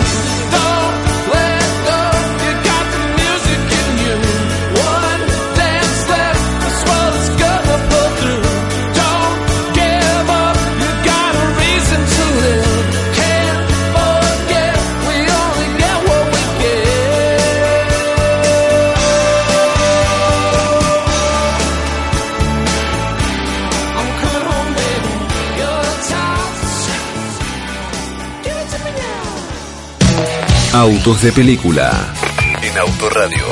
Speaker 5: Don't let go, you got the music in you. One dance left, this world is gonna pull through. Don't give up, you got a reason to live. Can't forget, we only get what we give. I'm coming home, baby. Your time. Give it to me now.
Speaker 2: Autos de película. En Autoradio.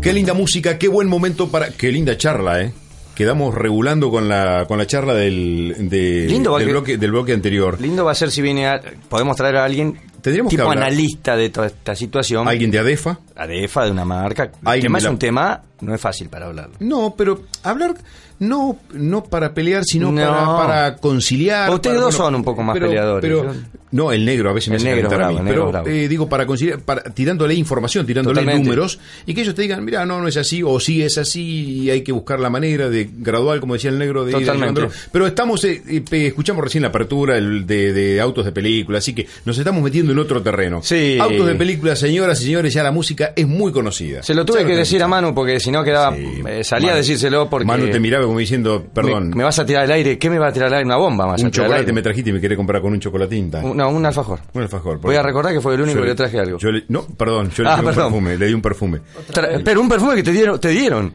Speaker 1: Qué linda música, qué buen momento para. Qué linda charla, ¿eh? quedamos regulando con la, con la charla del, de-
Speaker 3: Lindo,
Speaker 1: del,
Speaker 3: porque-
Speaker 1: bloque, del bloque anterior.
Speaker 3: Lindo va a ser si viene a- podemos traer a alguien
Speaker 1: Tendríamos que
Speaker 3: tipo
Speaker 1: hablar.
Speaker 3: analista de toda esta situación.
Speaker 1: ¿Alguien de ADEFA?
Speaker 3: ADEFA de una marca.
Speaker 1: Alguien
Speaker 3: El tema
Speaker 1: de
Speaker 3: es
Speaker 1: la-
Speaker 3: un tema, no es fácil para hablarlo.
Speaker 1: No, pero hablar no no para pelear, sino
Speaker 3: No.
Speaker 1: para, para conciliar.
Speaker 3: Ustedes
Speaker 1: para-
Speaker 3: dos son un poco más peleadores.
Speaker 1: pero- no, el negro a veces me
Speaker 3: El
Speaker 1: hace
Speaker 3: negro
Speaker 1: calentar a
Speaker 3: bravo,
Speaker 1: mí,
Speaker 3: el negro
Speaker 1: pero
Speaker 3: bravo.
Speaker 1: eh, digo para conciliar, para, tirándole información, tirándole
Speaker 3: Totalmente.
Speaker 1: números y que ellos te digan, mira, no, no es así o sí es así y hay que buscar la manera de gradual, como decía el negro, de ir
Speaker 3: Totalmente.
Speaker 1: llevándolo. Pero estamos eh, eh, pe- escuchamos recién la apertura el de, de autos de película, así que nos estamos metiendo en otro terreno.
Speaker 3: Sí.
Speaker 1: Autos de película, señoras y señores, ya la música es muy conocida.
Speaker 3: Se lo
Speaker 1: Ya
Speaker 3: tuve que
Speaker 1: tenemos.
Speaker 3: decir a Manu porque si no quedaba.
Speaker 1: Sí.
Speaker 3: eh, salía
Speaker 1: Manu-
Speaker 3: a decírselo porque.
Speaker 1: Manu te miraba como diciendo, perdón,
Speaker 3: Me, me vas a tirar al aire. ¿Qué me va a tirar al aire? Una bomba más.
Speaker 1: un chocolate me trajiste y me querés comprar con un chocolatín. ta.
Speaker 3: No, un alfajor.
Speaker 1: un alfajor. por
Speaker 3: Voy a
Speaker 1: ejemplo.
Speaker 3: recordar que fue el único
Speaker 1: Yo
Speaker 3: que le traje algo.
Speaker 1: yo le- no, perdón, yo le,
Speaker 3: Ah,
Speaker 1: di un
Speaker 3: perdón.
Speaker 1: perfume, le di un perfume.
Speaker 3: Tra- pero un perfume que te dieron. Te dieron.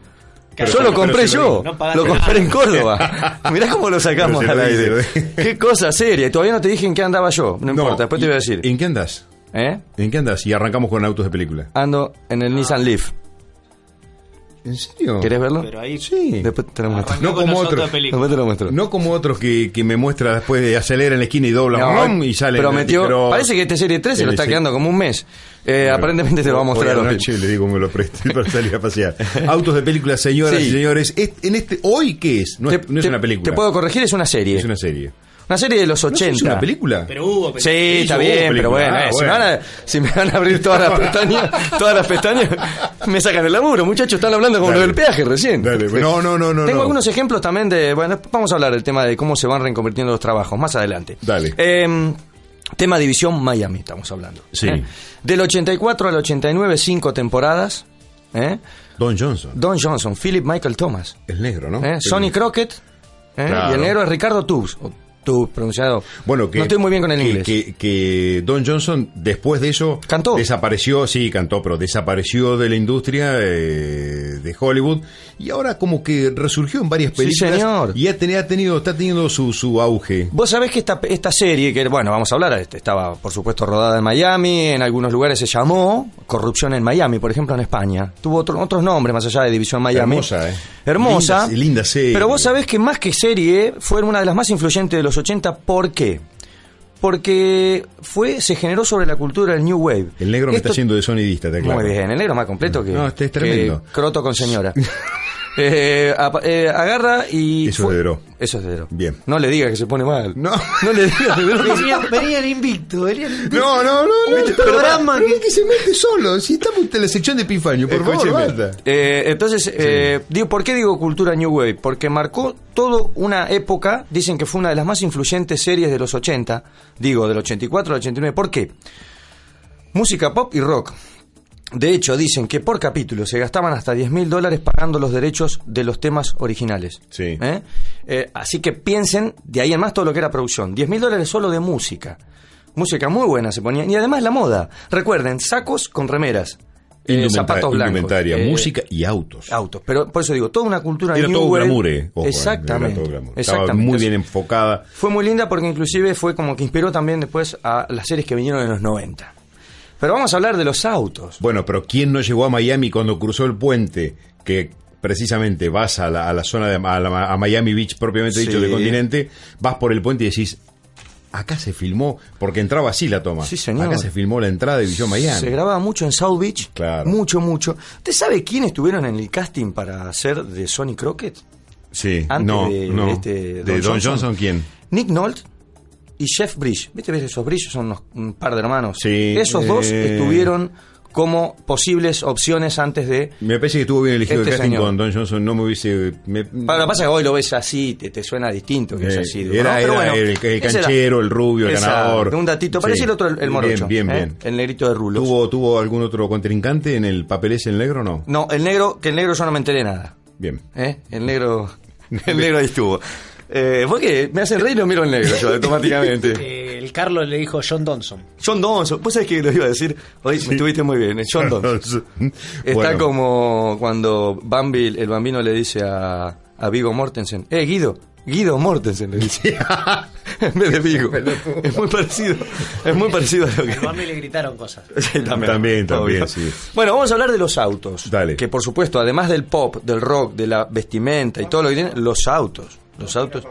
Speaker 1: Pero se-
Speaker 3: yo lo
Speaker 1: pero
Speaker 3: compré
Speaker 1: se lo
Speaker 3: yo,
Speaker 1: di.
Speaker 4: No pagaste
Speaker 3: lo compré en Córdoba. Mirá cómo lo sacamos
Speaker 1: Pero
Speaker 3: al
Speaker 1: se lo di,
Speaker 3: aire.
Speaker 1: se lo di.
Speaker 3: Qué cosa seria. Y Todavía no te dije en qué andaba yo. No, importa, después te voy a decir.
Speaker 1: ¿En qué andas?
Speaker 3: ¿Eh?
Speaker 1: ¿En qué andas? Y arrancamos con autos de película.
Speaker 3: Ando en el Nissan Leaf.
Speaker 1: ¿En serio?
Speaker 3: ¿Querés verlo?
Speaker 6: Pero ahí
Speaker 1: Sí.
Speaker 3: Después te lo muestro.
Speaker 1: No como otro.
Speaker 3: Después te lo muestro.
Speaker 1: No como otros que, que me muestra después de acelera en la esquina y dobla
Speaker 3: No,
Speaker 1: ¡rum! y sale.
Speaker 3: prometió- parece que este Serie 3 se lo
Speaker 1: el-
Speaker 3: está
Speaker 1: sí.
Speaker 3: quedando como un mes. Eh, aparentemente te lo va a mostrar
Speaker 1: hoy a la
Speaker 3: hoy.
Speaker 1: noche le digo me lo preste para salir a pasear. Autos de película, señoras
Speaker 3: Sí.
Speaker 1: y señores. Es- en este, ¿Hoy qué es? No, es,
Speaker 3: Te-
Speaker 1: no es
Speaker 3: te-
Speaker 1: una película.
Speaker 3: Te puedo corregir, es una serie.
Speaker 1: Es una serie.
Speaker 3: Una serie de los
Speaker 1: ¿No es
Speaker 3: 80.
Speaker 1: una película?
Speaker 6: Pero hubo
Speaker 3: Sí,
Speaker 6: película.
Speaker 3: está
Speaker 1: hizo
Speaker 3: bien,
Speaker 1: vos
Speaker 3: pero
Speaker 1: película.
Speaker 3: bueno,
Speaker 1: Ah,
Speaker 3: eh, Si, me
Speaker 1: bueno.
Speaker 3: van a, si me van a abrir todas las pestañas, todas las pestañas, me sacan el laburo. Muchachos, están hablando como
Speaker 1: Dale.
Speaker 3: lo del peaje recién.
Speaker 1: Dale, pues, no, no, no, no,
Speaker 3: Tengo
Speaker 1: no.
Speaker 3: algunos ejemplos también de. Bueno, vamos a hablar del tema de cómo se van reconvirtiendo los trabajos más adelante.
Speaker 1: Dale.
Speaker 3: Eh, tema División Miami, estamos hablando.
Speaker 1: Sí.
Speaker 3: ¿eh? Del 84 al 89, cinco temporadas. ¿eh?
Speaker 1: Don Johnson.
Speaker 3: Don Johnson, Philip Michael Thomas.
Speaker 1: El negro, ¿no?
Speaker 3: ¿eh?
Speaker 1: El-
Speaker 3: Sonny Crockett ¿eh?
Speaker 1: Claro.
Speaker 3: y el negro es Ricardo Tubbs, o Tubbs pronunciado.
Speaker 1: Bueno, que,
Speaker 3: no estoy muy bien con el
Speaker 1: que-
Speaker 3: inglés.
Speaker 1: Que, que Don Johnson, después de eso,
Speaker 3: Cantó.
Speaker 1: desapareció, sí, cantó, pero desapareció de la industria eh, de Hollywood y ahora como que resurgió en varias
Speaker 3: Sí,
Speaker 1: películas.
Speaker 3: señor.
Speaker 1: Y ha, teni- ha tenido, está teniendo su, su auge.
Speaker 3: Vos sabés que esta, esta serie, que bueno, vamos a hablar, este, estaba por supuesto rodada en Miami, en algunos lugares se llamó Corrupción en Miami, por ejemplo en España. Tuvo otro- otros nombres más allá de División Miami.
Speaker 1: Hermosa, ¿eh?
Speaker 3: Hermosa.
Speaker 1: Linda- linda serie.
Speaker 3: Pero vos sabés que más que serie, fue una de las más influyentes de los 80. ¿Por qué? Porque fue, se generó sobre la cultura del New Wave.
Speaker 1: El negro me
Speaker 3: Esto-
Speaker 1: está haciendo de sonidista, te aclaro.
Speaker 3: Muy bien, el negro más completo que.
Speaker 1: No, este es
Speaker 3: que
Speaker 1: tremendo.
Speaker 3: croto con señora. Eh, apa- eh, agarra y.
Speaker 1: Eso
Speaker 3: fue-
Speaker 1: es de Dro.
Speaker 3: Eso es de Dro.
Speaker 1: Bien.
Speaker 3: No le diga que se pone mal.
Speaker 1: No.
Speaker 3: No le diga de Dro.
Speaker 6: Venía, venía el invicto, venía el invicto.
Speaker 1: No, no, no, no.
Speaker 6: Este
Speaker 1: pero-
Speaker 6: programa
Speaker 1: pero
Speaker 6: que-
Speaker 1: es que se mete solo. Si estamos en la sección de Pifaño, por favor,
Speaker 7: Escúcheme.
Speaker 1: basta.
Speaker 3: Eh, entonces, eh, digo, ¿por qué digo cultura New Wave? Porque marcó toda una época, dicen que fue una de las más influyentes series de los 80, digo, del 84 al 89. ¿Por qué? Música pop y rock. De hecho, dicen que por capítulo se gastaban hasta 10 mil dólares pagando los derechos de los temas originales.
Speaker 1: Sí.
Speaker 3: ¿Eh? Eh, así que piensen de ahí en más todo lo que era producción. 10 mil dólares solo de música. Música muy buena se ponía. Y además la moda. Recuerden, sacos con remeras. eh,
Speaker 1: Indumenta-
Speaker 3: zapatos blancos.
Speaker 1: Indumentaria,
Speaker 3: eh,
Speaker 1: música y autos.
Speaker 3: autos. Pero por eso digo, toda una cultura
Speaker 1: Era
Speaker 3: new
Speaker 1: todo
Speaker 3: wave.
Speaker 1: glamour, eh. Ojo, eh,
Speaker 3: exactamente.
Speaker 1: era todo glamour. Estaba
Speaker 3: exactamente.
Speaker 1: muy bien enfocada.
Speaker 3: Fue muy linda porque inclusive fue como que inspiró también después a las series que vinieron en los 90. Pero vamos a hablar de los autos.
Speaker 1: Bueno, pero ¿quién no llegó a Miami cuando cruzó el puente que precisamente vas a la, a la zona de a, la- a Miami Beach propiamente dicho
Speaker 3: Sí.
Speaker 1: del continente, vas por el puente y decís, acá se filmó, porque entraba así la toma.
Speaker 3: Sí, señor.
Speaker 1: Acá se filmó la entrada de Villón Miami.
Speaker 3: Se grababa mucho en South Beach.
Speaker 1: Claro.
Speaker 3: Mucho, mucho. ¿Usted sabe quiénes estuvieron en el casting para hacer de Sonny Crockett?
Speaker 1: sí,
Speaker 3: antes
Speaker 1: no,
Speaker 3: de-
Speaker 1: no.
Speaker 3: de este
Speaker 1: de
Speaker 3: Don
Speaker 1: Don,
Speaker 3: Johnson?
Speaker 1: Johnson. quién?
Speaker 3: Nick Nolte y Jeff Bridge. ¿Viste? ¿Ves? Esos Bridge son unos- un par de hermanos.
Speaker 1: Sí,
Speaker 3: Esos dos
Speaker 1: eh.
Speaker 3: estuvieron como posibles opciones antes de
Speaker 1: Me parece que estuvo bien elegido
Speaker 3: Este
Speaker 1: el casting
Speaker 3: señor.
Speaker 1: con Don Johnson, no me hubiese... me-
Speaker 3: Bueno, lo que pasa es que hoy lo ves así, te, te suena distinto que es
Speaker 1: Eh,
Speaker 3: así. ¿no?
Speaker 1: era-
Speaker 3: Pero
Speaker 1: era
Speaker 3: bueno,
Speaker 1: el- el
Speaker 3: ese era.
Speaker 1: canchero, el rubio, el
Speaker 3: Exacto,
Speaker 1: ganador.
Speaker 3: Un datito,
Speaker 1: Sí.
Speaker 3: parece el otro, el, el
Speaker 1: Bien,
Speaker 3: morocho.
Speaker 1: bien,
Speaker 3: ¿eh?
Speaker 1: bien.
Speaker 3: El negrito de rulos.
Speaker 1: ¿Tuvo, ¿Tuvo algún otro contrincante en el papel ese, el negro o no?
Speaker 3: No, el negro, que el negro yo no me enteré nada.
Speaker 1: Bien.
Speaker 3: ¿eh? El negro, el negro ahí estuvo. Eh, ¿Vos qué? Me hacen reír y lo miro el negro yo automáticamente.
Speaker 4: Eh, el Carlos le dijo John Donson.
Speaker 3: John Donson, vos sabés que lo iba a decir, hoy me estuviste muy bien, eh, John Donson. Está
Speaker 1: Bueno.
Speaker 3: como cuando Bambi, el bambino le dice a, a Vigo Mortensen, eh, Guido, Guido Mortensen le dice. en vez de Vigo. Es muy parecido. Es muy parecido a lo que.
Speaker 4: Al Bambi le gritaron cosas.
Speaker 3: Sí, también,
Speaker 1: También, también,
Speaker 3: obvio.
Speaker 1: sí.
Speaker 3: Bueno, vamos a hablar de los autos.
Speaker 1: Dale.
Speaker 3: Que por supuesto, además del pop, del rock, de la vestimenta y todo lo que tienen, los autos. Los autos.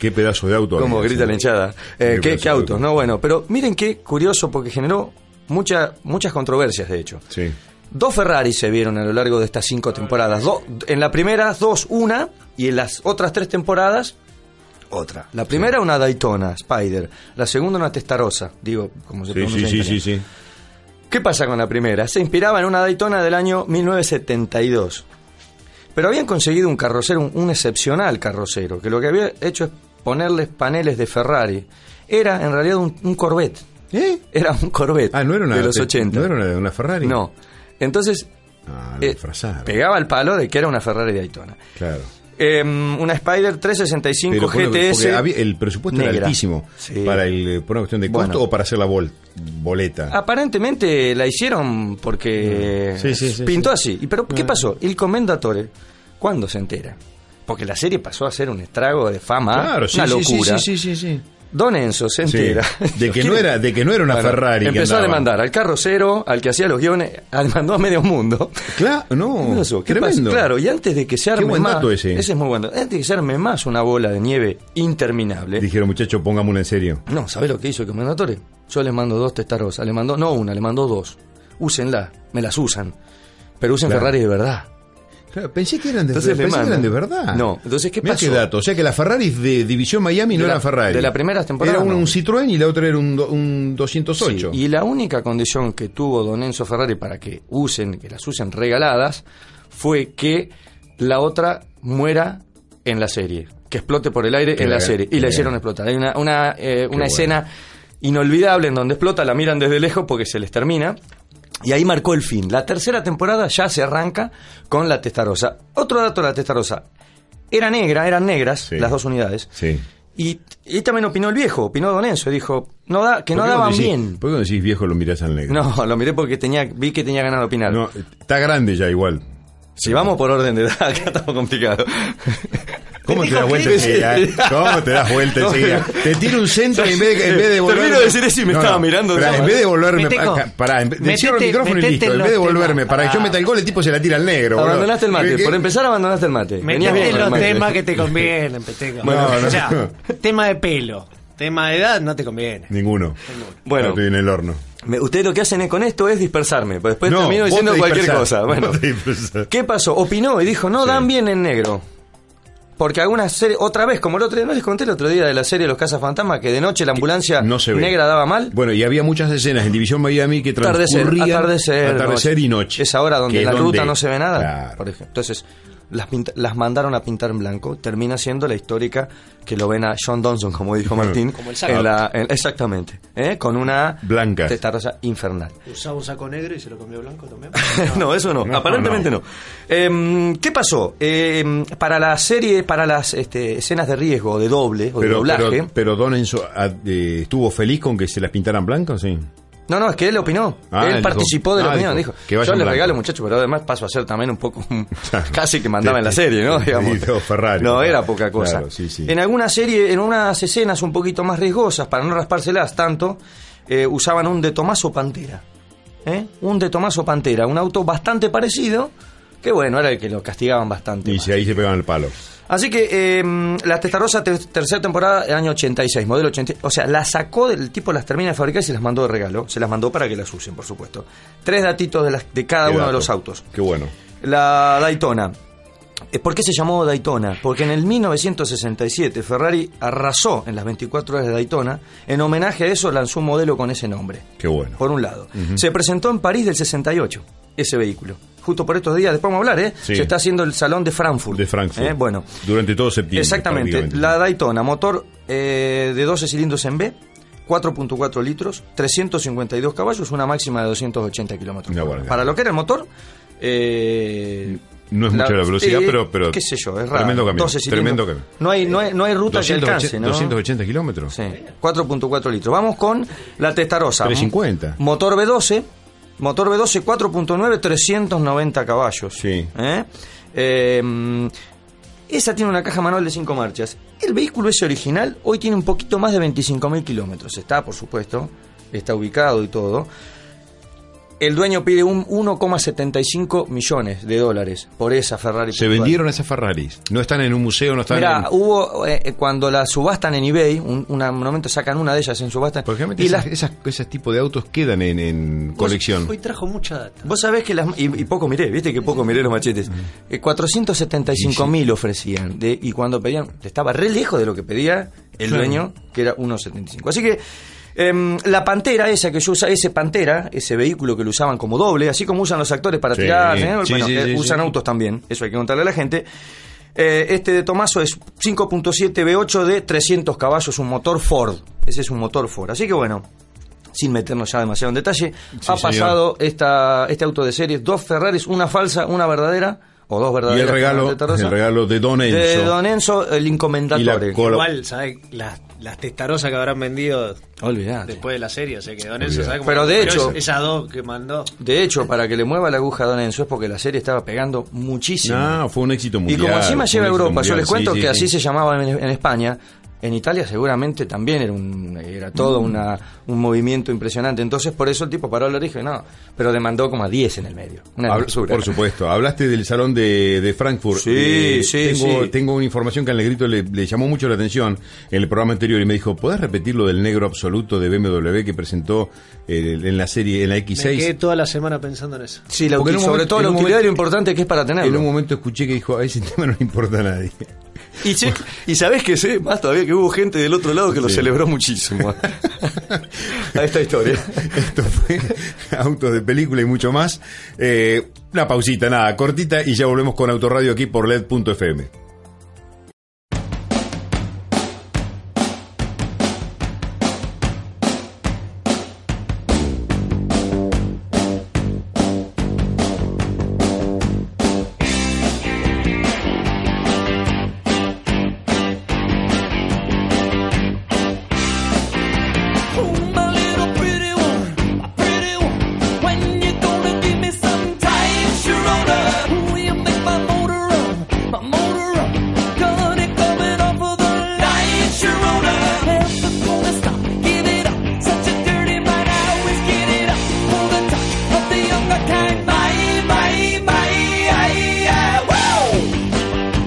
Speaker 1: Qué pedazo de auto.
Speaker 3: Como
Speaker 1: amigo,
Speaker 3: grita
Speaker 1: sí.
Speaker 3: la hinchada.
Speaker 1: Qué
Speaker 3: Eh, ¿qué,
Speaker 1: pedazo
Speaker 3: qué
Speaker 1: de
Speaker 3: autos, ¿no? Bueno, pero miren qué curioso porque generó mucha, muchas controversias, de hecho.
Speaker 1: Sí.
Speaker 3: Dos Ferraris se vieron a lo largo de estas cinco temporadas. Do- en la primera, dos, una, y en las otras tres temporadas, otra. La primera, una Daytona, Spider. La segunda, una Testarossa, digo, como
Speaker 1: Sí,
Speaker 3: se pronuncia
Speaker 1: sí,
Speaker 3: en
Speaker 1: sí,
Speaker 3: italiano.
Speaker 1: sí, sí.
Speaker 3: ¿Qué pasa con la primera? Se inspiraba en una Daytona del año 1972. Pero habían conseguido un carrocero, un, un excepcional carrocero, que lo que había hecho es ponerles paneles de Ferrari. Era en realidad un, un Corvette.
Speaker 1: ¿Eh?
Speaker 3: Era un Corvette
Speaker 1: Ah, no era una
Speaker 3: de los 80.
Speaker 1: No era una, una Ferrari.
Speaker 3: No. Entonces
Speaker 1: Ah,
Speaker 3: eh,
Speaker 1: la disfrazaron.
Speaker 3: pegaba el palo de que era una Ferrari Daytona.
Speaker 1: Claro.
Speaker 3: Em, una Spider 365
Speaker 1: Pero por lo que-
Speaker 3: GTS.
Speaker 1: porque había- el presupuesto era
Speaker 3: negra.
Speaker 1: altísimo
Speaker 3: Sí.
Speaker 1: para el, eh, por una cuestión de costo
Speaker 3: Bueno. Ah,
Speaker 1: o para hacer la bol- boleta.
Speaker 3: Aparentemente la hicieron porque
Speaker 1: Mm. Sí, sí, sí, Ah.
Speaker 3: pintó así. ¿Y pero qué pasó? El Commendatore, ¿cuándo se entera? Porque la serie pasó a ser un estrago de fama,
Speaker 1: claro, sí,
Speaker 3: una
Speaker 1: sí, sí,
Speaker 3: locura.
Speaker 1: Sí, sí, sí, sí.
Speaker 3: Don Enzo se entera.
Speaker 1: Sí, de que no era- de que no era una Ferrari que
Speaker 3: Empezó a
Speaker 1: andaba.
Speaker 3: demandar al carrocero, al que hacía los guiones, a- demandó a medio mundo.
Speaker 1: Claro, no.
Speaker 3: Eso, Oh, ¿qué pasa?
Speaker 1: tremendo.
Speaker 3: Claro, y antes de que se
Speaker 1: Qué
Speaker 3: arme
Speaker 1: buen
Speaker 3: más,
Speaker 1: dato ese.
Speaker 3: es muy bueno. Antes de que se arme más una bola de nieve interminable,
Speaker 1: Dijeron, muchachos, pongámoslo en serio.
Speaker 3: No, ¿sabés lo que hizo el comendador? Yo les mando dos testarosas. Le mandó, no una, le mandó dos. Úsenla, me las usan. Pero usen
Speaker 1: Claro.
Speaker 3: Ferrari de verdad.
Speaker 1: Claro, pensé que eran de,
Speaker 3: Entonces le
Speaker 1: pensé que
Speaker 3: mandan.
Speaker 1: eran de verdad.
Speaker 3: No, entonces, ¿qué
Speaker 1: Mirá
Speaker 3: pasó?
Speaker 1: qué dato. O sea que la Ferrari de División Miami no
Speaker 3: De la-
Speaker 1: era Ferrari.
Speaker 3: de la primera temporada,
Speaker 1: Era una-
Speaker 3: no.
Speaker 1: un Citroën y la otra era un, do- un 208.
Speaker 3: Sí, Y la única condición que tuvo Don Enzo Ferrari para que usen, que las usen regaladas, fue que la otra muera en la serie, que explote por el aire
Speaker 1: Qué
Speaker 3: en la
Speaker 1: bien,
Speaker 3: serie. Y
Speaker 1: qué
Speaker 3: la
Speaker 1: bien.
Speaker 3: hicieron explotar. Hay una, una, eh, una
Speaker 1: bueno.
Speaker 3: escena inolvidable en donde explota, la miran desde lejos porque se les termina. Y ahí marcó el fin. La tercera temporada ya se arranca con la testarosa. Otro dato de la testarosa. Era negra, eran negras
Speaker 1: Sí.
Speaker 3: las dos unidades.
Speaker 1: Sí.
Speaker 3: Y, y también opinó el viejo, opinó Don Enzo, dijo no da, que
Speaker 1: ¿Por
Speaker 3: no
Speaker 1: qué cuando
Speaker 3: daban
Speaker 1: decís-
Speaker 3: bien.
Speaker 1: ¿Por qué cuando decís viejo lo mirás al negro?
Speaker 3: No, lo miré porque tenía, vi que tenía ganas de opinar.
Speaker 1: No, está grande ya igual.
Speaker 3: si vamos por orden de edad, acá estamos complicados.
Speaker 1: ¿Cómo te das
Speaker 3: Dijo
Speaker 1: vuelta
Speaker 3: que-
Speaker 1: enseguida? eh? ¿Cómo te das vuelta
Speaker 3: No,
Speaker 1: enseguida?
Speaker 3: pero-
Speaker 1: Te tiro un centro y en vez de, en vez de volver.
Speaker 3: Termino de decir eso y me estaba mirando de
Speaker 1: pará,
Speaker 3: esa
Speaker 1: en vez de volverme.
Speaker 6: Mete
Speaker 1: pa-
Speaker 6: con-
Speaker 1: acá, pará, en vez-
Speaker 6: metete-
Speaker 1: cierro el micrófono y
Speaker 6: metete
Speaker 1: listo.
Speaker 6: en
Speaker 1: En vez de
Speaker 6: los
Speaker 1: volverme
Speaker 6: temas,
Speaker 1: para que yo
Speaker 6: pará.
Speaker 1: meta el gol, el tipo se la tira al negro. boludo.
Speaker 3: Abandonaste el mate,
Speaker 1: ¿Qué-
Speaker 3: por
Speaker 1: qué?
Speaker 3: empezar abandonaste el mate.
Speaker 6: Metete
Speaker 3: Venías bien
Speaker 6: en
Speaker 3: con el
Speaker 6: los
Speaker 3: mate.
Speaker 6: temas que te convienen, peteco.
Speaker 1: No, no.
Speaker 6: o sea, tema de pelo, tema de edad, no te conviene.
Speaker 1: Ninguno.
Speaker 3: Bueno.
Speaker 1: Ahora estoy en el horno.
Speaker 3: Me- Ustedes lo que hacen es- con esto es dispersarme, pues después
Speaker 1: No,
Speaker 3: termino
Speaker 1: vos
Speaker 3: diciendo
Speaker 1: te
Speaker 3: cualquier
Speaker 1: dispersás,
Speaker 3: cosa.
Speaker 1: vos
Speaker 3: Bueno,
Speaker 1: te dispersás.
Speaker 3: ¿qué pasó? Opinó y dijo, no dan bien en negro. Porque algunas series, otra vez, como el otro día, no les conté el otro día de la serie Los Cazafantasmas, que de noche la ambulancia
Speaker 1: No se ve.
Speaker 3: negra daba mal.
Speaker 1: Bueno, y había muchas escenas en División Miami que
Speaker 3: atardecer,
Speaker 1: transcurrían
Speaker 3: atardecer,
Speaker 1: atardecer y noche.
Speaker 3: Es ahora donde
Speaker 1: Que
Speaker 3: en la
Speaker 1: es
Speaker 3: ruta no se ve nada.
Speaker 1: Claro.
Speaker 3: por ejemplo. Entonces, las, pinta- las mandaron a pintar en blanco. Termina siendo la histórica que lo ven a John Donson, como dijo Martín.
Speaker 4: Como el saco.
Speaker 3: en la- en- exactamente. ¿eh? Con una
Speaker 1: Blancas.
Speaker 3: testarosa infernal.
Speaker 4: Usaba un saco negro y se lo cambió blanco también.
Speaker 3: no, eso no.
Speaker 1: No,
Speaker 3: Aparentemente no.
Speaker 1: no.
Speaker 3: Em, ¿Qué pasó? Em, para la serie, para las este, escenas de riesgo, o de doble o de
Speaker 1: Pero,
Speaker 3: doblaje.
Speaker 1: pero, pero Don Enzo ah, eh, estuvo feliz con que se las pintaran blancas, ¿sí?
Speaker 3: No, no, es que él opinó.
Speaker 1: Ah,
Speaker 3: él
Speaker 1: él
Speaker 3: participó
Speaker 1: dijo.
Speaker 3: de la
Speaker 1: Ah,
Speaker 3: opinión. Dijo,
Speaker 1: dijo, que vaya
Speaker 3: yo
Speaker 1: en
Speaker 3: les
Speaker 1: blanco".
Speaker 3: regalo, muchachos, pero además paso a ser también un poco. un-
Speaker 1: Claro.
Speaker 3: casi que mandaba
Speaker 1: Te-
Speaker 3: en la
Speaker 1: te-
Speaker 3: serie, ¿no?
Speaker 1: te-
Speaker 3: Digamos.
Speaker 1: te- te- Ferrari,
Speaker 3: no,
Speaker 1: claro.
Speaker 3: era poca cosa.
Speaker 1: Claro, sí, sí.
Speaker 3: En alguna serie, en unas escenas un poquito más riesgosas, para no raspárselas tanto, eh, usaban un de Tomaso Pantera. ¿eh? Un de Tomaso Pantera, un auto bastante parecido, que bueno, era el que lo castigaban bastante.
Speaker 1: Y
Speaker 3: más.
Speaker 1: si ahí se pegaban el palo.
Speaker 3: Así que eh, la Testarossa, ter- tercera temporada, el año 86, modelo 80. O sea, la sacó del tipo, las termina de fabricar y se las mandó de regalo. Se las mandó para que las usen, por supuesto. Tres datitos de, las, de cada
Speaker 1: Qué
Speaker 3: uno de
Speaker 1: dato.
Speaker 3: los autos.
Speaker 1: Qué bueno.
Speaker 3: La Daytona. Eh, ¿Por qué se llamó Daytona? Porque en el 1967 Ferrari arrasó en las 24 horas de Daytona. En homenaje a eso lanzó un modelo con ese nombre.
Speaker 1: Qué bueno.
Speaker 3: Por un lado. Se presentó en París del 68, ese vehículo. Justo por estos días, después vamos a hablar, ¿eh?
Speaker 1: Sí.
Speaker 3: Se está haciendo el salón de Frankfurt.
Speaker 1: De Frankfurt.
Speaker 3: ¿eh? Bueno.
Speaker 1: Durante todo septiembre.
Speaker 3: Exactamente.
Speaker 1: prácticamente.
Speaker 3: La Daytona, motor eh, de 12 cilindros en B, 4.4 litros, 352 caballos, una máxima de 280 kilómetros.
Speaker 1: Una
Speaker 3: por hora.
Speaker 1: guardia.
Speaker 3: Para lo que era el motor. eh,
Speaker 1: No es mucha la velocidad, pero- pero
Speaker 3: Qué sé yo, es raro.
Speaker 1: tremendo camión,
Speaker 3: 12 cilindros.
Speaker 1: tremendo camión.
Speaker 3: No hay, no hay, no hay ruta que
Speaker 1: 280
Speaker 3: alcance, ¿no?
Speaker 1: 280 kilómetros.
Speaker 3: Sí, 4.4 litros. Vamos con la Testarossa.
Speaker 1: 350.
Speaker 3: Motor B12. Motor B12 4.9, 390 caballos. Em,
Speaker 1: Sí.
Speaker 3: ¿Eh? Eh, esa tiene una caja manual de 5 marchas. El vehículo ese original hoy tiene un poquito más de 25.000 kilómetros. Está, por supuesto, está ubicado y todo. El dueño pide un 1,75 millones de dólares por esa Ferrari.
Speaker 1: Se
Speaker 3: puntual.
Speaker 1: vendieron esas Ferraris. No están en un museo, no están
Speaker 3: Mirá,
Speaker 1: en...
Speaker 3: hubo, eh, eh, cuando la subastan en eBay, un, una- un momento sacan una de ellas en subasta.
Speaker 1: Porque realmente
Speaker 3: y
Speaker 1: esas,
Speaker 3: las-
Speaker 1: esas- esos tipos de autos quedan en, en colección.
Speaker 4: Hoy trajo mucha data.
Speaker 3: Vos sabés que las... Y, y poco miré, viste que poco miré los
Speaker 1: Mm.
Speaker 3: machetes. Eh, 475 mil ofrecían. de- y cuando pedían, estaba re lejos de lo que pedía el dueño, que era 1,75. Así que em, la pantera esa que yo usaba, ese pantera, ese vehículo que lo usaban como doble, así como usan los actores para
Speaker 1: Sí,
Speaker 3: tirar, ¿eh?
Speaker 1: sí,
Speaker 3: Bueno,
Speaker 1: sí,
Speaker 3: eh,
Speaker 1: sí,
Speaker 3: usan
Speaker 1: sí.
Speaker 3: autos también, eso hay que contarle a la gente. Eh, este de Tomaso es 5.7 V8 de 300 caballos, un motor Ford. Ese es un motor Ford. Así que bueno, sin meternos ya demasiado en detalle, ha
Speaker 1: señor.
Speaker 3: pasado esta, este auto de series, dos Ferraris, una falsa, una verdadera, o dos
Speaker 1: Y
Speaker 3: verdaderas.
Speaker 1: el regalo,
Speaker 3: de Tarrosa.
Speaker 1: el regalo de Don Enzo.
Speaker 3: de Don Enzo, el
Speaker 1: y la
Speaker 3: encomendatore.
Speaker 1: cola-
Speaker 6: Igual, ¿sabes? Las, las testarosas que habrán vendido
Speaker 3: Olvidate.
Speaker 6: después de la serie, o sea que Don Enzo, ¿sabes cómo-
Speaker 3: Pero de hecho-
Speaker 6: Esas dos que mandó.
Speaker 3: De hecho, para que le mueva la aguja a Don Enzo es porque la serie estaba pegando muchísimo.
Speaker 1: No, Ah, fue un éxito
Speaker 3: y
Speaker 1: mundial.
Speaker 3: como encima
Speaker 1: fue un
Speaker 3: lleva a
Speaker 1: éxito
Speaker 3: Europa, yo
Speaker 1: mundial,
Speaker 3: les
Speaker 1: sí,
Speaker 3: cuento
Speaker 1: sí, sí.
Speaker 3: que así se llamaba en, en España. En Italia seguramente también era, un, era
Speaker 1: Mm.
Speaker 3: todo una- un movimiento impresionante. Entonces por eso el tipo paró el origen, no. Pero demandó como a 10 en el medio. Una
Speaker 1: Habla-
Speaker 3: hermosura.
Speaker 1: por supuesto, hablaste del salón de, de Frankfurt.
Speaker 3: Sí,
Speaker 1: Eh,
Speaker 3: sí,
Speaker 1: tengo,
Speaker 3: sí.
Speaker 1: tengo una información que al negrito le, le llamó mucho la atención en el programa anterior y me dijo, ¿podés repetir lo del negro absoluto de BMW que presentó eh, en la serie, en la
Speaker 6: Me quedé
Speaker 1: X6?
Speaker 6: toda la semana pensando en eso.
Speaker 3: Sí, la
Speaker 1: Porque
Speaker 3: util-
Speaker 1: en un
Speaker 3: sobre
Speaker 1: momento-
Speaker 3: todo
Speaker 1: en
Speaker 3: la
Speaker 1: un
Speaker 3: utilidad
Speaker 1: momento-
Speaker 3: y lo importante que es para
Speaker 1: En un
Speaker 3: tenerlo.
Speaker 1: momento escuché que dijo, a ese tema no le importa a nadie.
Speaker 3: Y, sí, y sabés que sé, más todavía que hubo gente del otro lado que lo celebró muchísimo a esta historia.
Speaker 1: Esto fue autos de película y mucho más. Eh, una pausita, nada, cortita y ya volvemos con Autoradio aquí por E LED.fm.
Speaker 5: my little pretty one, my pretty one. When you gonna give me some time, Sharona? Ooh, you make my motor run, my motor run. Got it coming off of the line, Sharona. Never gonna stop, give it up. Such a dirty mind, I always get it up. Pull the touch of the younger kind, my, my, my, I, I, wow.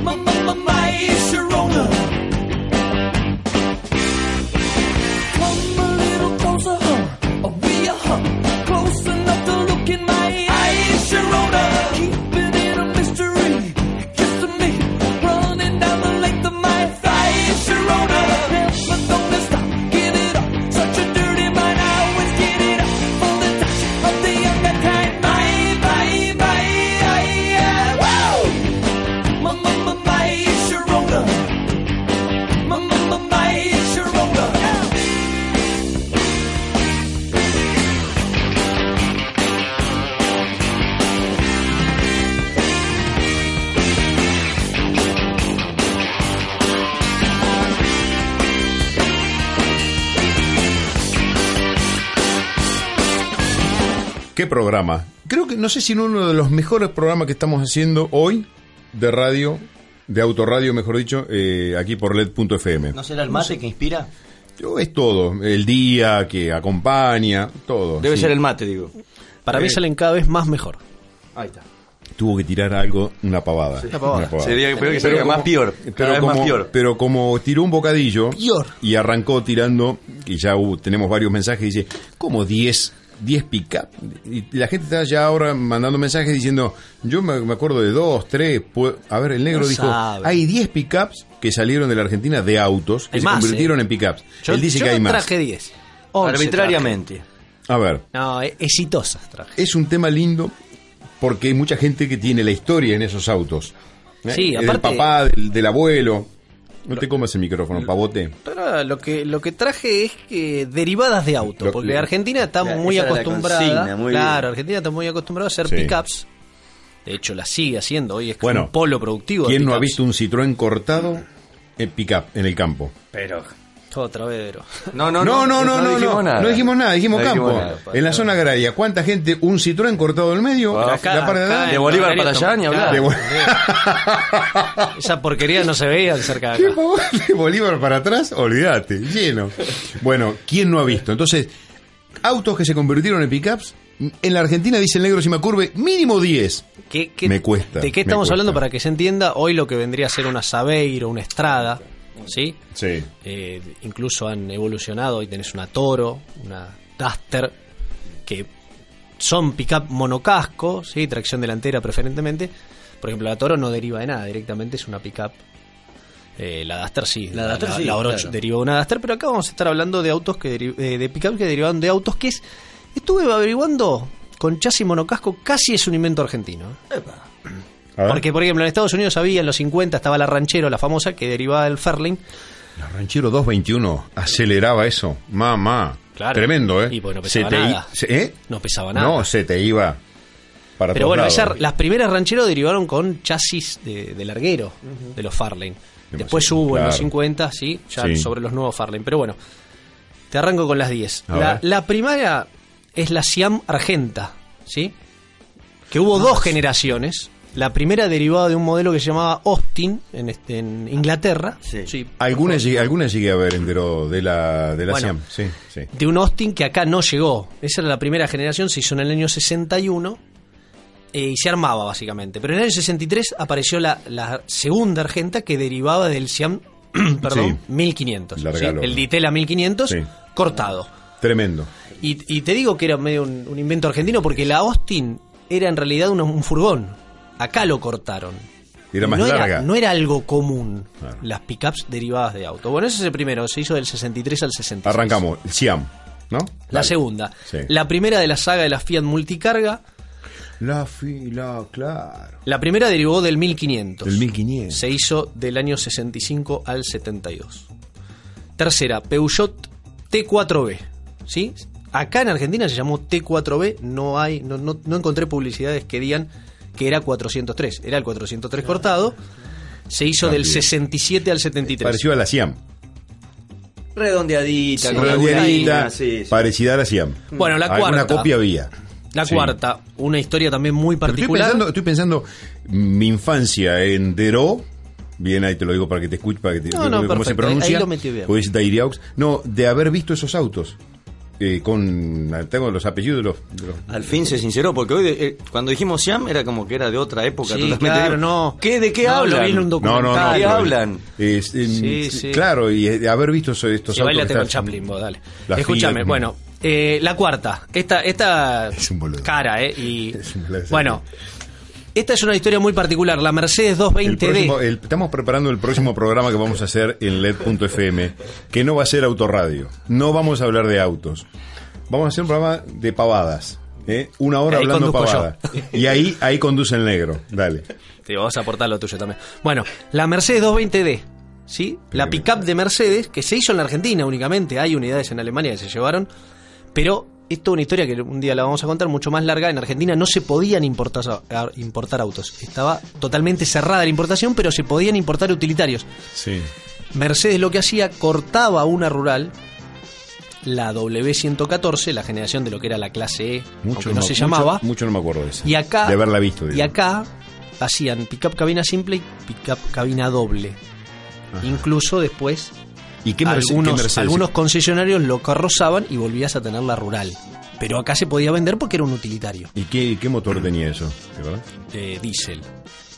Speaker 5: My, my, my, my, Sharona. Come a little closer, huh? Are we a huh? Close enough to look in my eyes, Sharona. Keep it in a mystery. Kissing me, running down the length of my thighs, Sharona. Never gonna stop, give it up. Such a dirty mind, I always get it up. For the touch of the younger kind, my, my, my, I, I, wow. My, my, my, my, Sharona. My, my, my, my, Sharona.
Speaker 1: ¿Qué programa? Creo que, no sé si en uno de los mejores programas que estamos haciendo hoy de radio, de autorradio, mejor dicho, eh, aquí por LED.fm.
Speaker 4: ¿No será el mate que inspira?
Speaker 1: Yo- Es todo, el día que acompaña, todo.
Speaker 3: Debe
Speaker 1: sí.
Speaker 3: ser el mate, digo.
Speaker 4: Para
Speaker 1: Eh,
Speaker 4: mí salen cada vez más mejor.
Speaker 3: Ahí está.
Speaker 1: Tuvo que tirar algo, una pavada. Una pavada.
Speaker 3: Sería peor que sería más peor. Pero
Speaker 1: Pero
Speaker 3: vez
Speaker 1: como,
Speaker 3: más peor.
Speaker 1: pero como tiró un bocadillo y arrancó tirando, y ya hubo- tenemos varios mensajes, dice, ¿cómo 10? 10 pick-up. Y la gente está ya ahora mandando mensajes diciendo, yo me, me acuerdo de dos, tres. pu- A ver, el negro
Speaker 4: No
Speaker 1: dijo,
Speaker 4: sabe.
Speaker 1: hay 10 pickups que salieron de la Argentina de autos, que
Speaker 4: Hay
Speaker 1: se
Speaker 4: más,
Speaker 1: convirtieron
Speaker 4: ¿eh?
Speaker 1: en pickups.
Speaker 4: Yo,
Speaker 1: Él dice
Speaker 4: yo
Speaker 1: que hay más.
Speaker 4: traje 10. 11
Speaker 3: Arbitrariamente.
Speaker 1: A ver,
Speaker 4: traje. No, e- exitosas traje.
Speaker 1: es un tema lindo porque hay mucha gente que tiene la historia en esos autos. ¿eh?
Speaker 4: Sí,
Speaker 1: Del
Speaker 4: aparte-
Speaker 1: papá, del, del abuelo. No te comas el micrófono, pavote.
Speaker 4: Pero ahora lo que, lo que traje es que derivadas de auto,
Speaker 1: Lo-
Speaker 4: porque Argentina está
Speaker 3: La-
Speaker 4: muy
Speaker 3: esa era la
Speaker 4: acostumbrada.
Speaker 3: consigna, muy
Speaker 4: claro,
Speaker 3: bien.
Speaker 4: Argentina está muy acostumbrada a hacer
Speaker 1: Sí.
Speaker 4: pickups. De hecho, la sigue haciendo. Hoy es que
Speaker 1: Bueno,
Speaker 4: es un polo productivo. de
Speaker 1: ¿Quién no ha
Speaker 4: pickups.
Speaker 1: visto un Citroën cortado en pick-up, en el campo?
Speaker 3: Pero
Speaker 4: Otra vez, bro.
Speaker 3: No, no,
Speaker 1: No, no, no, no, no.
Speaker 3: dijimos nada.
Speaker 1: No dijimos nada, dijimos
Speaker 3: No
Speaker 1: campo.
Speaker 3: nada.
Speaker 1: en la zona agraria, ¿cuánta gente? Un Citroën cortado del medio,
Speaker 3: Ah,
Speaker 1: la,
Speaker 3: acá,
Speaker 1: la parte de
Speaker 4: acá
Speaker 1: adelante.
Speaker 3: De Bolívar para
Speaker 4: Margarito,
Speaker 3: allá ni hablar.
Speaker 1: De Bo-
Speaker 4: Esa porquería no se veía de cerca de
Speaker 1: ¿Qué
Speaker 4: acá.
Speaker 1: favor? De Bolívar para atrás, olvídate, lleno. Bueno, ¿quién no ha visto? Entonces, autos que se convirtieron en pickups, en la Argentina dice el negro Simacurve, mínimo 10.
Speaker 4: ¿Qué- qué-
Speaker 1: Me cuesta,
Speaker 4: ¿De qué
Speaker 1: me
Speaker 4: estamos
Speaker 1: cuesta.
Speaker 4: hablando para que se entienda hoy lo que vendría a ser una Sabeiro, una Estrada? ¿Sí?
Speaker 1: Sí.
Speaker 4: Eh, incluso han evolucionado y tenés una Toro, una Duster, que son pickup monocasco, ¿sí? tracción delantera preferentemente. Por ejemplo, la Toro no deriva de nada, directamente es una pickup. Eh, la Duster sí, la,
Speaker 6: Duster
Speaker 4: la-
Speaker 6: sí,
Speaker 4: la Oroch
Speaker 6: claro.
Speaker 4: derivó de una Duster, pero acá vamos a estar hablando de autos que deri- eh, de pickup que derivaron de autos que es estuve averiguando con chasis monocasco, casi es un invento argentino. ¿eh?
Speaker 1: A ver.
Speaker 4: Porque por ejemplo en Estados Unidos había en los 50 estaba la Ranchero, la famosa que derivaba del Fairlane,
Speaker 1: La Ranchero 221 aceleraba eso, mamá.
Speaker 4: Claro.
Speaker 1: Tremendo, ¿eh?
Speaker 4: Y pues no
Speaker 1: se
Speaker 4: pesaba
Speaker 1: te, i-
Speaker 4: nada.
Speaker 1: se- ¿eh?
Speaker 4: no pesaba nada.
Speaker 1: No, se te iba para
Speaker 4: Pero
Speaker 1: todos
Speaker 4: bueno, esa-
Speaker 1: lados.
Speaker 4: las primeras rancheros derivaron con chasis de, de larguero, de los Farlane. Después hubo en los
Speaker 1: claro.
Speaker 4: 50, sí, ya
Speaker 1: Sí.
Speaker 4: sobre los nuevos Farlane. Pero bueno, te arranco con las 10.
Speaker 1: A
Speaker 4: La,
Speaker 1: ver.
Speaker 4: la primera es la Siam Argenta, ¿sí? Que hubo dos generaciones. La primera derivada de un modelo que se llamaba Austin en, este- en Inglaterra. Sí.
Speaker 1: Algunas llegué, algunas llegué a ver, entero, de la, de la
Speaker 4: Bueno.
Speaker 1: Siam. Sí, sí.
Speaker 4: de un Austin que acá no llegó. Esa era la primera generación, se hizo en el año 61 eh, y se armaba básicamente. Pero en el año 63 apareció la, la segunda Argenta que derivaba del Siam, perdón,
Speaker 1: Sí.
Speaker 4: 1500.
Speaker 1: La
Speaker 4: ¿sí?
Speaker 1: regaló.
Speaker 4: El Ditela 1500
Speaker 1: Sí.
Speaker 4: cortado.
Speaker 1: Tremendo.
Speaker 4: Y, y te digo que era medio un, un invento argentino porque la Austin era en realidad un, un furgón. Acá lo cortaron.
Speaker 1: Era más
Speaker 4: no
Speaker 1: larga.
Speaker 4: Era, no era algo común
Speaker 1: Claro.
Speaker 4: las pickups derivadas de auto. Bueno, ese es el primero, se hizo del 63 al 66.
Speaker 1: Arrancamos, Siam, ¿no?
Speaker 4: La
Speaker 1: Dale.
Speaker 4: segunda.
Speaker 1: Sí.
Speaker 4: La primera de la saga de la Fiat Multicarga.
Speaker 1: La fila, claro.
Speaker 4: La primera derivó del 1500.
Speaker 1: Del 1500.
Speaker 4: Se hizo del año 65 al 72. Tercera, Peugeot T4B. ¿Sí? Acá en Argentina se llamó T4B. No, hay, no, no- no encontré publicidades que digan que era 403. Era el 403 cortado. Se hizo del 67 al 73.
Speaker 1: Pareció a la Siam.
Speaker 3: Redondeadita,
Speaker 4: Sí,
Speaker 3: con
Speaker 1: Redondeadita,
Speaker 3: alguna- sí, sí.
Speaker 1: parecida a la Siam.
Speaker 4: Bueno, la
Speaker 1: Alguna
Speaker 4: cuarta.
Speaker 1: copia había.
Speaker 4: La
Speaker 1: Sí.
Speaker 4: cuarta, una historia también muy
Speaker 1: Pero Estoy
Speaker 4: particular.
Speaker 1: pensando, estoy pensando mi infancia en Deró. Bien, ahí te lo digo para que te escuche, para que te
Speaker 4: No, no,
Speaker 1: cómo se
Speaker 4: perfecto, ahí-
Speaker 1: pronuncia.
Speaker 4: ahí lo metí bien.
Speaker 1: Podés decir Dairiaux. No, de haber visto esos autos. eh, con tengo los apellidos de los, de los-
Speaker 3: Al fin se sinceró, porque hoy de- eh, cuando dijimos Siam era como que era de otra época
Speaker 4: Sí,
Speaker 3: totalmente.
Speaker 4: claro,
Speaker 3: Digo,
Speaker 4: no.
Speaker 3: ¿Qué, ¿De qué
Speaker 4: No, lo
Speaker 3: hablan?
Speaker 4: vi en un docu-
Speaker 1: no, no, no,
Speaker 3: ¿Qué
Speaker 1: pero-
Speaker 3: hablan?
Speaker 1: es, em,
Speaker 4: Sí, sí.
Speaker 1: Claro, y eh, de haber visto eso- estos
Speaker 4: Sí,
Speaker 1: autos.
Speaker 4: bailate
Speaker 1: que
Speaker 4: con
Speaker 1: están-
Speaker 4: Chaplin, vos, dale.
Speaker 1: La
Speaker 4: Escúchame,
Speaker 1: Fiat,
Speaker 4: bueno, eh, la cuarta. Esta, esta
Speaker 1: Es un boludo.
Speaker 4: cara, ¿eh? Y,
Speaker 1: Es un boludo.
Speaker 4: bueno, esta es una historia muy particular. La Mercedes
Speaker 1: El
Speaker 4: 220D.
Speaker 1: próximo- el- estamos preparando el próximo programa que vamos a hacer en LED.fm, que no va a ser autorradio. No vamos a hablar de autos. Vamos a hacer un programa de pavadas. ¿eh? Una hora
Speaker 4: Ahí
Speaker 1: hablando
Speaker 4: conduzco
Speaker 1: pavadas. Y ahí, ahí conduce el negro. Dale.
Speaker 4: Te vas a aportar lo tuyo también. Bueno, la Mercedes 220D. ¿Sí? La pickup de Mercedes, que se hizo en la Argentina únicamente. Hay unidades en Alemania que se llevaron. Pero esto es una historia que un día la vamos a contar mucho más larga. En Argentina no se podían importar, a- importar autos. Estaba totalmente cerrada la importación, pero se podían importar utilitarios.
Speaker 1: Sí.
Speaker 4: Mercedes lo que hacía, cortaba una rural, la W114, la generación de lo que era la clase E, aunque no, se llamaba,
Speaker 1: Mucho, no me acuerdo de eso.
Speaker 4: y acá,
Speaker 1: De haberla visto. digo.
Speaker 4: y acá hacían pickup cabina simple y pickup cabina doble. Incluso después
Speaker 1: ¿Y qué Merce-
Speaker 4: algunos,
Speaker 1: qué Mercedes?
Speaker 4: algunos concesionarios lo carrozaban y volvías a tener la rural. Pero acá se podía vender porque era un utilitario.
Speaker 1: ¿Y qué, qué motor tenía eso? ¿De verdad?
Speaker 4: Eh, diésel.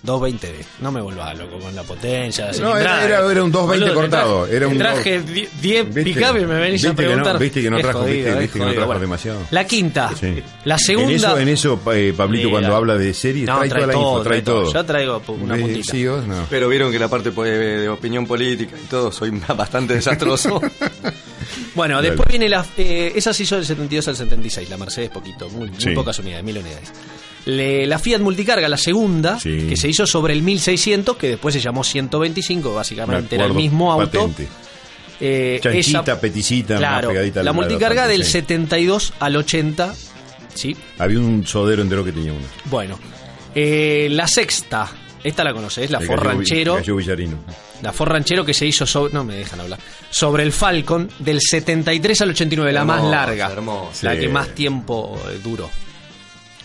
Speaker 4: 220D. No me vuelvas loco con la potencia. la
Speaker 1: No,
Speaker 4: cilindrada.
Speaker 1: era- era- era un 220
Speaker 4: Boludo, te
Speaker 1: cortado,
Speaker 4: traje-
Speaker 1: era
Speaker 4: te
Speaker 1: un
Speaker 4: traje
Speaker 1: dos-
Speaker 4: 10 10
Speaker 1: Viste
Speaker 4: picape y me venís
Speaker 1: que
Speaker 4: a
Speaker 1: no-
Speaker 4: preguntar.
Speaker 1: viste que no
Speaker 4: Es
Speaker 1: trajo, viste-
Speaker 4: jodido, es
Speaker 1: viste que no
Speaker 4: jodido.
Speaker 1: trajo demasiado.
Speaker 4: La quinta.
Speaker 1: Sí.
Speaker 4: La segunda.
Speaker 1: En eso, en eso pa- eh, Pablito,
Speaker 4: Sí,
Speaker 1: cuando
Speaker 4: la-
Speaker 1: habla de series,
Speaker 4: No,
Speaker 1: trae, toda la info, trae todo.
Speaker 4: Yo traigo pu- una
Speaker 1: Eh,
Speaker 4: puntita.
Speaker 1: sí, vos no.
Speaker 3: Pero vieron que la parte pues, de opinión política y todo, soy bastante desastroso.
Speaker 4: Bueno,
Speaker 1: Dale.
Speaker 4: después viene la. eh, esa se hizo del 72 al 76, la Mercedes poquito, muy, muy
Speaker 1: Sí.
Speaker 4: pocas unidades, mil unidades. Le- la Fiat Multicarga, la segunda,
Speaker 1: Sí.
Speaker 4: que se hizo sobre el 1600, que después se llamó 125,
Speaker 1: Me
Speaker 4: básicamente era el
Speaker 1: acuerdo
Speaker 4: mismo auto.
Speaker 1: patente.
Speaker 4: Eh,
Speaker 1: Chanchita, peticita, más
Speaker 4: claro,
Speaker 1: pegadita a
Speaker 4: la,
Speaker 1: la-
Speaker 4: multicarga
Speaker 1: a la-
Speaker 4: del
Speaker 1: sí.
Speaker 4: 72 al 80, ¿sí?
Speaker 1: Había un sodero entero que tenía uno.
Speaker 4: Bueno, eh, la sexta, Esta la conocés, la
Speaker 1: El
Speaker 4: Ford
Speaker 1: gallego-
Speaker 4: Ranchero.
Speaker 1: el gallego Villarino.
Speaker 4: La Ford Ranchero que se hizo sobre. No me dejan hablar. Sobre el Falcon del 73 al 89, la más
Speaker 3: Hermosa,
Speaker 4: larga.
Speaker 3: hermosa.
Speaker 4: La
Speaker 1: Sí.
Speaker 4: que más tiempo eh, duró.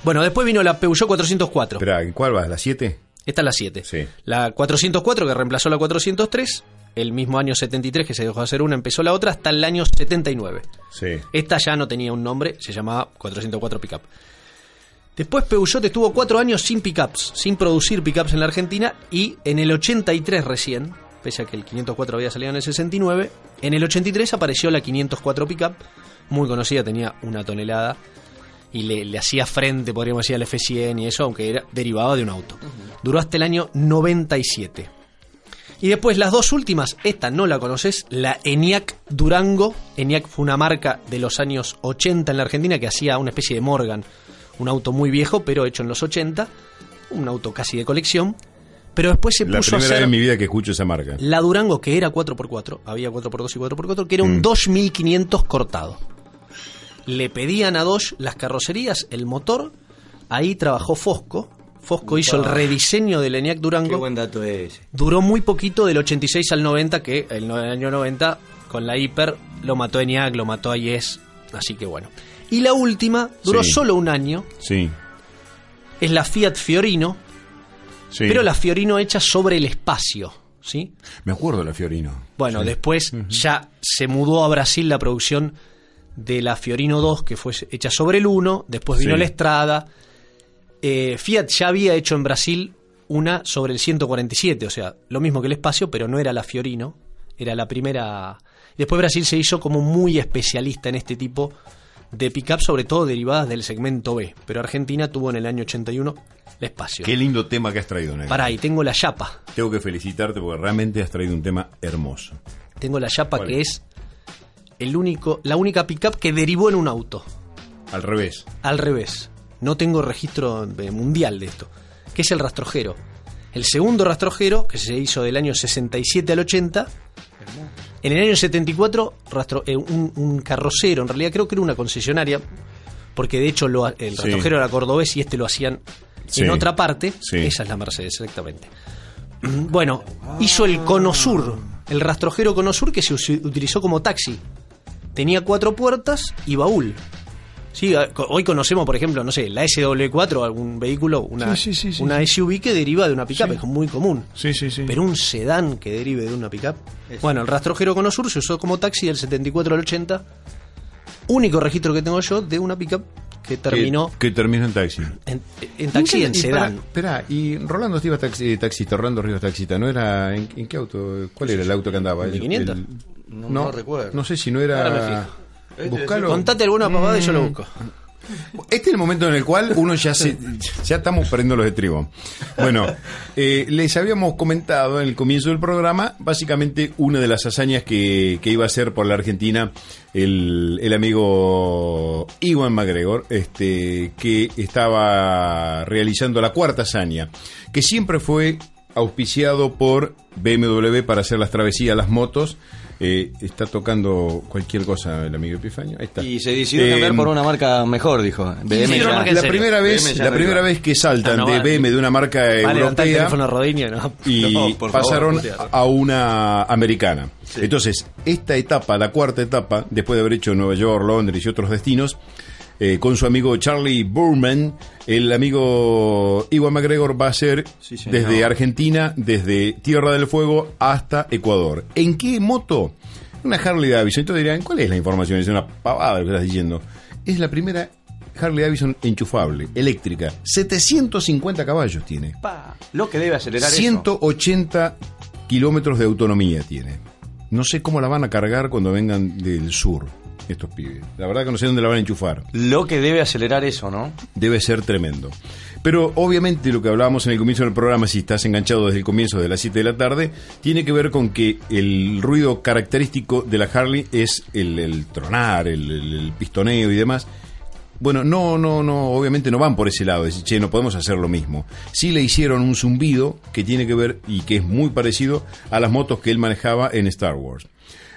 Speaker 4: Bueno, después vino la Peugeot 404.
Speaker 1: Espera, ¿en ¿cuál vas? ¿La 7?
Speaker 4: Esta es la 7.
Speaker 1: Sí.
Speaker 4: La 404 que reemplazó la 403. El mismo año 73 que se dejó de hacer una, empezó la otra hasta el año 79.
Speaker 1: Sí.
Speaker 4: Esta ya no tenía un nombre, se llamaba 404 Pickup. Después Peugeot estuvo cuatro años sin pickups, sin producir pickups en la Argentina y en el 83 recién, pese a que el 504 había salido en el 69, en el 83 apareció la 504 Pickup, muy conocida, tenía una tonelada y le, le hacía frente, podríamos decir, al F100 y eso, aunque era derivado de un auto. Duró hasta el año 97. Y después las dos últimas, esta no la conoces, la ENIAC Durango. ENIAC fue una marca de los años 80 en la Argentina que hacía una especie de Morgan, un auto muy viejo pero hecho en los 80, un auto casi de colección, pero después se
Speaker 1: La
Speaker 4: puso a
Speaker 1: primera vez
Speaker 4: hacer
Speaker 1: en mi vida que escucho esa marca.
Speaker 4: la Durango que era 4x4, había 4x2 y 4x4, que era
Speaker 1: Mm.
Speaker 4: un 2500 cortado. Le pedían a Dodge las carrocerías, el motor, ahí trabajó Fosco. Fosco hizo el rediseño del ENIAC Durango.
Speaker 3: Ah. Qué buen dato es.
Speaker 4: Duró muy poquito del 86 al 90, que el, no- el año 90 con la hiper lo mató ENIAC, lo mató a Yes, así que bueno. Y la última duró
Speaker 1: Sí.
Speaker 4: solo un año,
Speaker 1: Sí.
Speaker 4: es la Fiat Fiorino,
Speaker 1: sí.
Speaker 4: pero la Fiorino hecha sobre el espacio, ¿sí?
Speaker 1: Me acuerdo de la Fiorino.
Speaker 4: Bueno, después ya se mudó a Brasil la producción de la Fiorino 2, que fue hecha sobre el 1, después vino
Speaker 1: Sí.
Speaker 4: la Estrada. Eh, Fiat ya había hecho en Brasil una sobre el 147, o sea, lo mismo que el espacio, pero no era la Fiorino, era la primera... Después Brasil se hizo como muy especialista en este tipo de pick-up, sobre todo derivadas del segmento B, pero Argentina tuvo en el año 81 el espacio.
Speaker 1: Qué lindo tema que has traído, Negro.
Speaker 4: Pará, y tengo la chapa.
Speaker 1: Tengo que felicitarte porque realmente has traído un tema hermoso.
Speaker 4: Tengo la chapa
Speaker 1: ¿Cuál?
Speaker 4: que es el único, la única pickup que derivó en un auto.
Speaker 1: Al revés.
Speaker 4: Al revés. No tengo registro eh, mundial de esto. Que es el rastrojero. El segundo rastrojero, que se hizo del año 67 al 80. En el año 74, rastro, eh, un, un carrocero, en realidad creo que era una concesionaria, porque de hecho lo ha- el
Speaker 1: Sí.
Speaker 4: rastrojero era cordobés y este lo hacían
Speaker 1: Sí.
Speaker 4: en otra parte.
Speaker 1: Sí.
Speaker 4: Esa es la Mercedes, exactamente. Bueno, hizo el Cono Sur, el rastrojero Cono Sur que se usi- utilizó como taxi. Tenía cuatro puertas y baúl. Sí, a- co- hoy conocemos, por ejemplo, no sé, la SW4, algún vehículo, una,
Speaker 8: Sí, sí, sí, sí.
Speaker 4: una SUV que deriva de una pickup, es muy común.
Speaker 8: Sí, sí, sí.
Speaker 4: Pero un sedán que derive de una pickup. Bueno, el rastrojero Cono Sur se usó como taxi del 74 al 80. Único registro que tengo yo de una pickup que terminó
Speaker 1: Que, que terminó en taxi.
Speaker 4: en, en taxi, en
Speaker 1: Y para-
Speaker 4: sedán.
Speaker 1: Espera, y Rolando Estiva taxi, taxista, Rolando Ríos taxista, ¿no era en, en qué auto? ¿Cuál era el auto que andaba?
Speaker 4: ¿El
Speaker 1: El-
Speaker 4: 500?
Speaker 1: el-
Speaker 3: No- no recuerdo. Este,
Speaker 1: No sé si no
Speaker 4: Ahora me
Speaker 1: era.
Speaker 4: fijo.
Speaker 1: Buscalo.
Speaker 4: Contate alguna pavada y yo lo
Speaker 8: Mm.
Speaker 4: busco.
Speaker 1: Este es el momento en el cual uno ya se, ya estamos perdiendo los estribos. Bueno, eh, les habíamos comentado en el comienzo del programa, básicamente una de las hazañas que, que iba a hacer por la Argentina el, el amigo Iwan McGregor, este, que estaba realizando la cuarta hazaña, que siempre fue auspiciado por BMW para hacer las travesías, las motos. Eh, está tocando cualquier cosa el amigo Epifanio. Ahí está.
Speaker 3: Y se decidió cambiar
Speaker 1: Em,
Speaker 3: por una marca mejor, dijo. BM
Speaker 4: sí,
Speaker 3: ya.
Speaker 4: una marca en
Speaker 1: la
Speaker 4: serio.
Speaker 1: primera
Speaker 3: BM
Speaker 1: vez,
Speaker 3: ya
Speaker 1: la
Speaker 3: no
Speaker 1: primera
Speaker 3: iba.
Speaker 1: vez que saltan
Speaker 4: Ah, No, no,
Speaker 1: de
Speaker 4: vale.
Speaker 1: BM de una marca
Speaker 4: Va a levantar el
Speaker 1: europea
Speaker 4: teléfono a Rodiño, ¿no?
Speaker 1: y
Speaker 3: No, por favor,
Speaker 1: pasaron
Speaker 3: Julián.
Speaker 1: a una americana. Entonces, esta etapa, la cuarta etapa, después de haber hecho Nueva York, Londres y otros destinos, eh, con su amigo Charlie Burman, el amigo Iwan McGregor va a ser
Speaker 3: Sí, señor.
Speaker 1: desde Argentina, desde Tierra del Fuego hasta Ecuador. ¿En qué moto? Una Harley Davidson. Entonces dirán, ¿cuál es la información? Es una pavada lo que estás diciendo. Es la primera Harley Davidson enchufable, eléctrica. 750 caballos tiene.
Speaker 3: Pa, Lo que debe acelerar eso.
Speaker 1: 180 kilómetros de autonomía tiene. No sé cómo la van a cargar cuando vengan del sur estos pibes. La verdad que no sé dónde la van a enchufar.
Speaker 3: Lo que debe acelerar eso, ¿no?
Speaker 1: Debe ser tremendo. Pero obviamente lo que hablábamos en el comienzo del programa, si estás enganchado desde el comienzo de las 7 de la tarde, tiene que ver con que el ruido característico de la Harley es el, el tronar, el, el- el pistoneo y demás. Bueno, no, no, no, obviamente no van por ese lado, decir, che, no podemos hacer lo mismo. Sí le hicieron un zumbido que tiene que ver y que es muy parecido a las motos que él manejaba en Star Wars.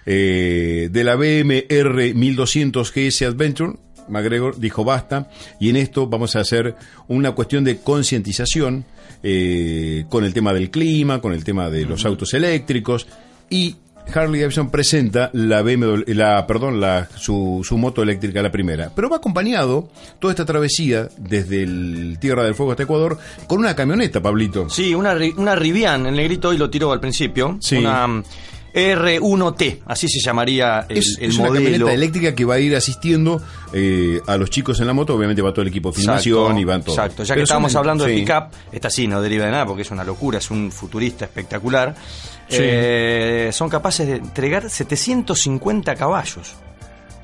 Speaker 1: Eh, de la BMR 1200 GS Adventure, McGregor dijo basta y en esto vamos a hacer una cuestión de concientización eh, con el tema del clima, con el tema de los autos eléctricos y Harley Davidson presenta la BMW, eh, la, perdón, la, su, su moto eléctrica, la primera. Pero va acompañado toda esta travesía desde el Tierra del Fuego hasta Ecuador con una camioneta, Pablito.
Speaker 3: Sí, una, ri- una Rivian, el negrito hoy lo tiró al principio.
Speaker 1: Sí.
Speaker 3: Una mm, R1T, así se llamaría el,
Speaker 1: es,
Speaker 3: el
Speaker 1: es una
Speaker 3: modelo.
Speaker 1: camioneta eléctrica que va a ir asistiendo eh, a los chicos en la moto. Obviamente va todo el equipo de filmación
Speaker 3: Exacto,
Speaker 1: y van todos.
Speaker 3: Exacto, ya
Speaker 1: Pero
Speaker 3: que
Speaker 1: es
Speaker 3: estábamos
Speaker 1: una-
Speaker 3: hablando de
Speaker 1: sí.
Speaker 3: pick-up, esta sí no deriva de nada porque es una locura, es un futurista espectacular.
Speaker 1: Sí.
Speaker 3: Eh, son capaces de entregar 750 caballos,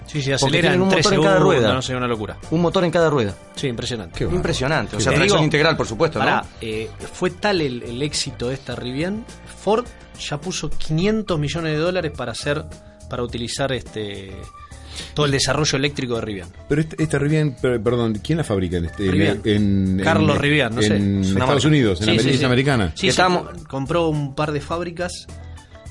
Speaker 4: Sí, sí,
Speaker 3: Porque
Speaker 4: aceleran
Speaker 3: tienen un
Speaker 4: tres
Speaker 3: motor en cada
Speaker 4: segundos,
Speaker 3: rueda.
Speaker 4: no sé, una locura.
Speaker 3: un motor en cada rueda.
Speaker 4: Sí, impresionante.
Speaker 3: Impresionante, o
Speaker 4: Qué
Speaker 3: sea,
Speaker 4: bárbaro.
Speaker 3: tracción
Speaker 4: Te digo-
Speaker 3: integral, por supuesto, ¿no?
Speaker 4: Pará, eh, fue tal el, el éxito de esta Rivian, Ford ya puso 500 millones de dólares para hacer, para utilizar este todo el desarrollo eléctrico de Rivian.
Speaker 1: Pero esta, esta Rivian, per- perdón, ¿quién la fabrica en este? en-
Speaker 4: Rivian.
Speaker 1: En, en-
Speaker 4: Carlos Rivian, no sé.
Speaker 1: En
Speaker 4: Es una
Speaker 1: Estados
Speaker 3: marca.
Speaker 1: Unidos, en
Speaker 4: Sí,
Speaker 1: la
Speaker 4: sí,
Speaker 1: América
Speaker 4: sí.
Speaker 1: Americana.
Speaker 4: Sí,
Speaker 3: Que
Speaker 4: sí,
Speaker 3: estábamos-
Speaker 4: com- compró un par de fábricas.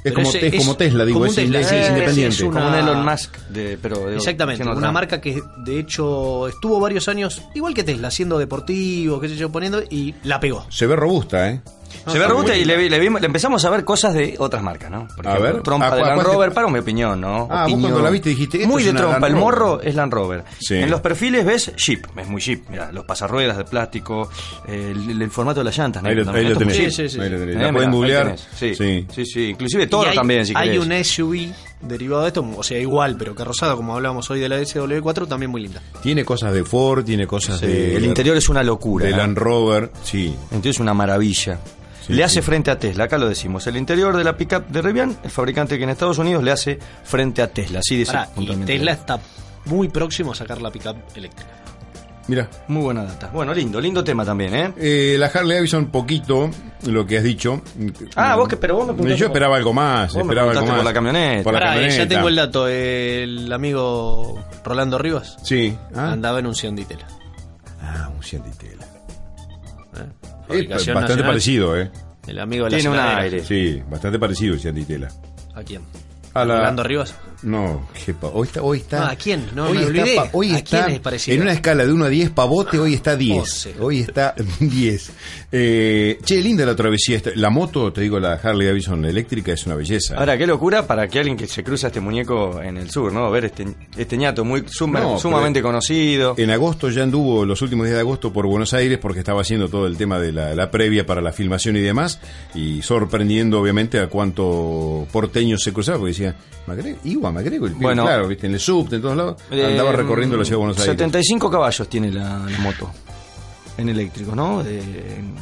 Speaker 1: Es
Speaker 4: pero
Speaker 1: como,
Speaker 4: ese-
Speaker 1: es como Tesla, digo,
Speaker 4: como
Speaker 1: es,
Speaker 4: un
Speaker 1: es
Speaker 4: Tesla,
Speaker 1: independiente.
Speaker 4: Eh, es una-
Speaker 3: Como un Elon Musk, de, pero de-
Speaker 4: Exactamente,
Speaker 3: haciendo
Speaker 4: una
Speaker 3: otra.
Speaker 4: marca que de hecho estuvo varios años, igual que Tesla, haciendo deportivo, qué sé yo, poniendo, y la pegó.
Speaker 1: Se ve robusta, ¿eh?
Speaker 3: Se ve robusta y le, vi- le vimos- le empezamos a ver cosas de otras marcas, ¿no? Por
Speaker 1: A
Speaker 3: ejemplo,
Speaker 1: ver,
Speaker 3: trompa
Speaker 1: ¿a
Speaker 3: de
Speaker 1: cu- a
Speaker 3: Land
Speaker 1: cuál te-
Speaker 3: Rover, para mi opinión, ¿no?
Speaker 1: Ah, vos
Speaker 3: Opinión.
Speaker 1: cuando la viste dijiste, esto
Speaker 3: Muy
Speaker 1: es
Speaker 3: de
Speaker 1: una
Speaker 3: trompa,
Speaker 1: Land
Speaker 3: el
Speaker 1: Rover.
Speaker 3: morro es Land Rover.
Speaker 1: Sí.
Speaker 3: En los perfiles ves Jeep, es muy Jeep, mirá, los pasarruedas de plástico, el, el- el formato de las llantas,
Speaker 1: Ahí
Speaker 3: ¿no?
Speaker 1: lo, ahí
Speaker 3: Esto
Speaker 1: lo
Speaker 3: es muy
Speaker 1: tenés.
Speaker 3: Jeep.
Speaker 4: Sí, sí, sí.
Speaker 1: Ahí lo tenés.
Speaker 3: Eh,
Speaker 1: La
Speaker 3: mirá,
Speaker 1: pueden
Speaker 3: ahí
Speaker 1: googlear.
Speaker 3: tenés. Sí, sí, sí, Inclusive Toro
Speaker 4: Y hay,
Speaker 3: también, si
Speaker 4: Hay
Speaker 3: querés.
Speaker 4: un SUV derivado de esto, o sea, igual, pero carrozada, como hablábamos hoy de la SW4, también muy linda.
Speaker 1: Tiene cosas de Ford, tiene cosas
Speaker 3: Sí,
Speaker 1: de.
Speaker 3: el interior es una locura.
Speaker 1: de
Speaker 3: ¿eh?
Speaker 1: Land Rover, sí.
Speaker 3: Entonces es una maravilla.
Speaker 1: Sí,
Speaker 3: le hace
Speaker 1: sí.
Speaker 3: frente a Tesla, acá lo decimos. El interior de la pickup de Rivian, el fabricante que en Estados Unidos le hace frente a Tesla. Así de
Speaker 4: Pará,
Speaker 3: simple,
Speaker 4: y
Speaker 3: puntualmente.
Speaker 4: Tesla está muy próximo a sacar la pickup eléctrica.
Speaker 1: Mira,
Speaker 3: Muy buena data. Bueno, lindo, lindo tema también, ¿eh?
Speaker 1: eh, la Harley Davidson, poquito lo que has dicho.
Speaker 3: Ah, vos que- pero vos me preguntaste
Speaker 1: Yo
Speaker 3: por-
Speaker 1: esperaba algo más.
Speaker 3: vos me
Speaker 1: Esperaba algo
Speaker 3: preguntaste
Speaker 1: más.
Speaker 3: por la camioneta.
Speaker 1: Por la
Speaker 4: Pará, eh, ya
Speaker 1: camioneta.
Speaker 4: tengo el dato. El amigo Rolando Rivas
Speaker 1: Sí. Ah,
Speaker 4: andaba en un Sion Ditela.
Speaker 1: Ah, un Cianditela. Eh, bastante
Speaker 4: Fabricación nacional.
Speaker 1: parecido, ¿eh?
Speaker 4: El amigo de la
Speaker 3: Tiene un
Speaker 4: ciudadela.
Speaker 3: aire.
Speaker 1: Sí, bastante parecido el Cianditela.
Speaker 4: ¿A quién?
Speaker 1: A la-
Speaker 4: Rolando Rivas.
Speaker 1: No, qué pa- hoy está, hoy está.
Speaker 4: Ah, ¿a quién? No,
Speaker 1: hoy
Speaker 4: me olvidé.
Speaker 1: pa- hoy
Speaker 4: ¿A
Speaker 1: está
Speaker 4: quién es parecido?
Speaker 1: en una escala de 1 a 10, pavote, hoy está 10.
Speaker 4: Once.
Speaker 1: Hoy está 10. Eh, che, linda la travesía. esta. La moto, te digo, la Harley Davidson la eléctrica es una belleza.
Speaker 3: Ahora, qué locura para que alguien que se cruza este muñeco en el sur, ¿no? Ver este, este ñato muy suma-
Speaker 1: No,
Speaker 3: sumamente
Speaker 1: pero-
Speaker 3: conocido.
Speaker 1: en agosto ya anduvo, los últimos días de agosto, por Buenos Aires porque estaba haciendo todo el tema de la, la previa para la filmación y demás. Y sorprendiendo, obviamente, a cuánto porteño se cruzaba. Porque decía, Magre Iwa, Magrego, el pibe,
Speaker 3: Bueno.
Speaker 1: claro, viste, en el subte, en todos lados. Andaba
Speaker 3: Eh,
Speaker 1: recorriendo la ciudad de Buenos Aires.
Speaker 3: 75 caballos tiene la, la moto en eléctrico, ¿no? De, en,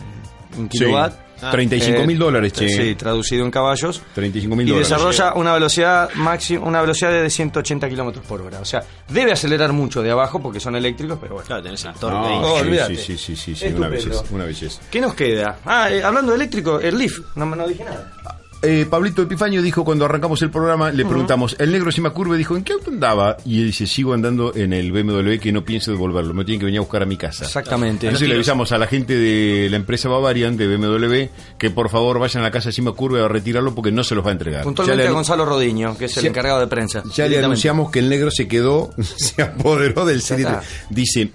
Speaker 3: en
Speaker 1: Sí.
Speaker 3: kilowatt.
Speaker 1: 35 mil
Speaker 3: Eh,
Speaker 1: dólares, che.
Speaker 3: Sí, traducido en caballos.
Speaker 1: 35 mil
Speaker 3: Y
Speaker 1: dólares.
Speaker 3: desarrolla una velocidad máxima, una velocidad de 180 kilómetros por hora. O sea, debe acelerar mucho de abajo porque son eléctricos, pero bueno.
Speaker 4: Claro, tenés el
Speaker 1: No,
Speaker 4: torque.
Speaker 3: Ah, No,
Speaker 1: sí,
Speaker 3: olvídate.
Speaker 1: sí, sí, sí, sí, sí, una
Speaker 3: Estupendo.
Speaker 1: belleza, una belleza.
Speaker 3: ¿Qué nos queda? Ah, eh, hablando de eléctrico, el Leaf. No, no dije nada.
Speaker 1: Eh, Pablito Epifanio dijo cuando arrancamos el programa, le preguntamos, el negro Simacurve dijo, ¿en qué auto andaba? Y él dice, sigo andando en el BMW que no pienso devolverlo, me tienen que venir a buscar a mi casa.
Speaker 3: Exactamente.
Speaker 1: Entonces le avisamos a la gente de la empresa Bavarian, de BMW, que por favor vayan a la casa de Simacurve a retirarlo porque no se los va a entregar.
Speaker 3: Puntualmente
Speaker 1: Ya
Speaker 3: a
Speaker 1: le-
Speaker 3: Gonzalo Rodiño, que es el
Speaker 1: Ya-
Speaker 3: encargado de prensa.
Speaker 1: Ya le
Speaker 3: Directamente.
Speaker 1: anunciamos que el negro se quedó, se apoderó del CD.
Speaker 3: está.
Speaker 1: Dice,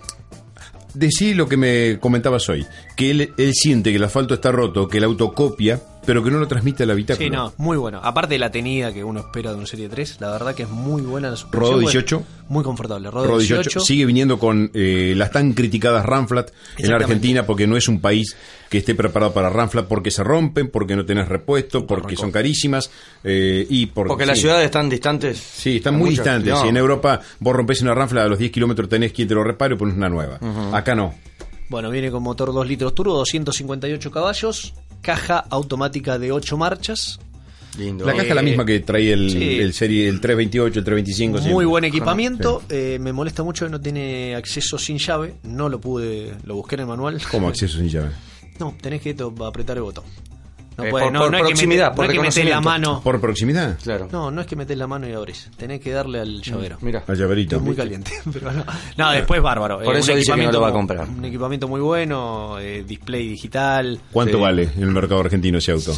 Speaker 1: decí lo que me comentabas hoy, que él, él siente que el asfalto está roto, que el auto copia, pero que no lo transmite al habitáculo.
Speaker 4: Sí, no, muy bueno. Aparte de la tenida que uno espera de un Serie 3, la verdad que es muy buena la suspensión.
Speaker 1: Rodo
Speaker 4: bueno,
Speaker 1: 18.
Speaker 4: Muy confortable. Rodo,
Speaker 1: Rodo 18
Speaker 4: 18.
Speaker 1: sigue viniendo con eh, las tan criticadas Ramflat en la
Speaker 4: Exactamente.
Speaker 1: Argentina porque no es un país que esté preparado para Ramflat porque se rompen, porque no tenés repuesto, porque son carísimas eh, y porque,
Speaker 3: Porque las
Speaker 1: sí.
Speaker 3: ciudades están distantes.
Speaker 1: Sí, están muy
Speaker 3: Muchas-
Speaker 1: distantes.
Speaker 3: no.
Speaker 1: Si en Europa vos rompes una ranfla a los 10 kilómetros tenés quien te lo repare y pones una nueva. Acá no.
Speaker 4: Bueno, viene con motor 2 litros turbo, 258 caballos, caja automática de 8 marchas,
Speaker 3: Lindo.
Speaker 1: La caja es la misma que traía el,
Speaker 4: Eh, sí.
Speaker 1: el serie, el 328, el 325.
Speaker 4: muy
Speaker 1: siempre.
Speaker 4: buen equipamiento. eh, me molesta mucho que no tiene acceso sin llave. No lo pude, lo busqué en el manual.
Speaker 1: ¿Cómo acceso sin llave?
Speaker 4: No, tenés que to- apretar el botón. No,
Speaker 3: Eh,
Speaker 4: puede-
Speaker 3: por-
Speaker 4: no,
Speaker 3: por
Speaker 4: no hay que meter-
Speaker 3: proximidad,
Speaker 4: no
Speaker 3: por
Speaker 4: hay que meter la
Speaker 3: reconocimiento.
Speaker 4: mano.
Speaker 1: ¿Por proximidad?
Speaker 3: Claro.
Speaker 4: No, no es que metes la mano y abrís. Tenés que darle al llavero.
Speaker 3: Mm, Mira.
Speaker 1: A llaverito.
Speaker 4: Es muy caliente. pero no. No, después bárbaro. eh,
Speaker 3: Por eso dice que no lo va a
Speaker 4: equipamiento-
Speaker 3: comprar.
Speaker 4: Un equipamiento muy bueno, eh, display digital. eh,
Speaker 1: ¿Cuánto
Speaker 3: Sí.
Speaker 1: vale en el mercado argentino ese auto?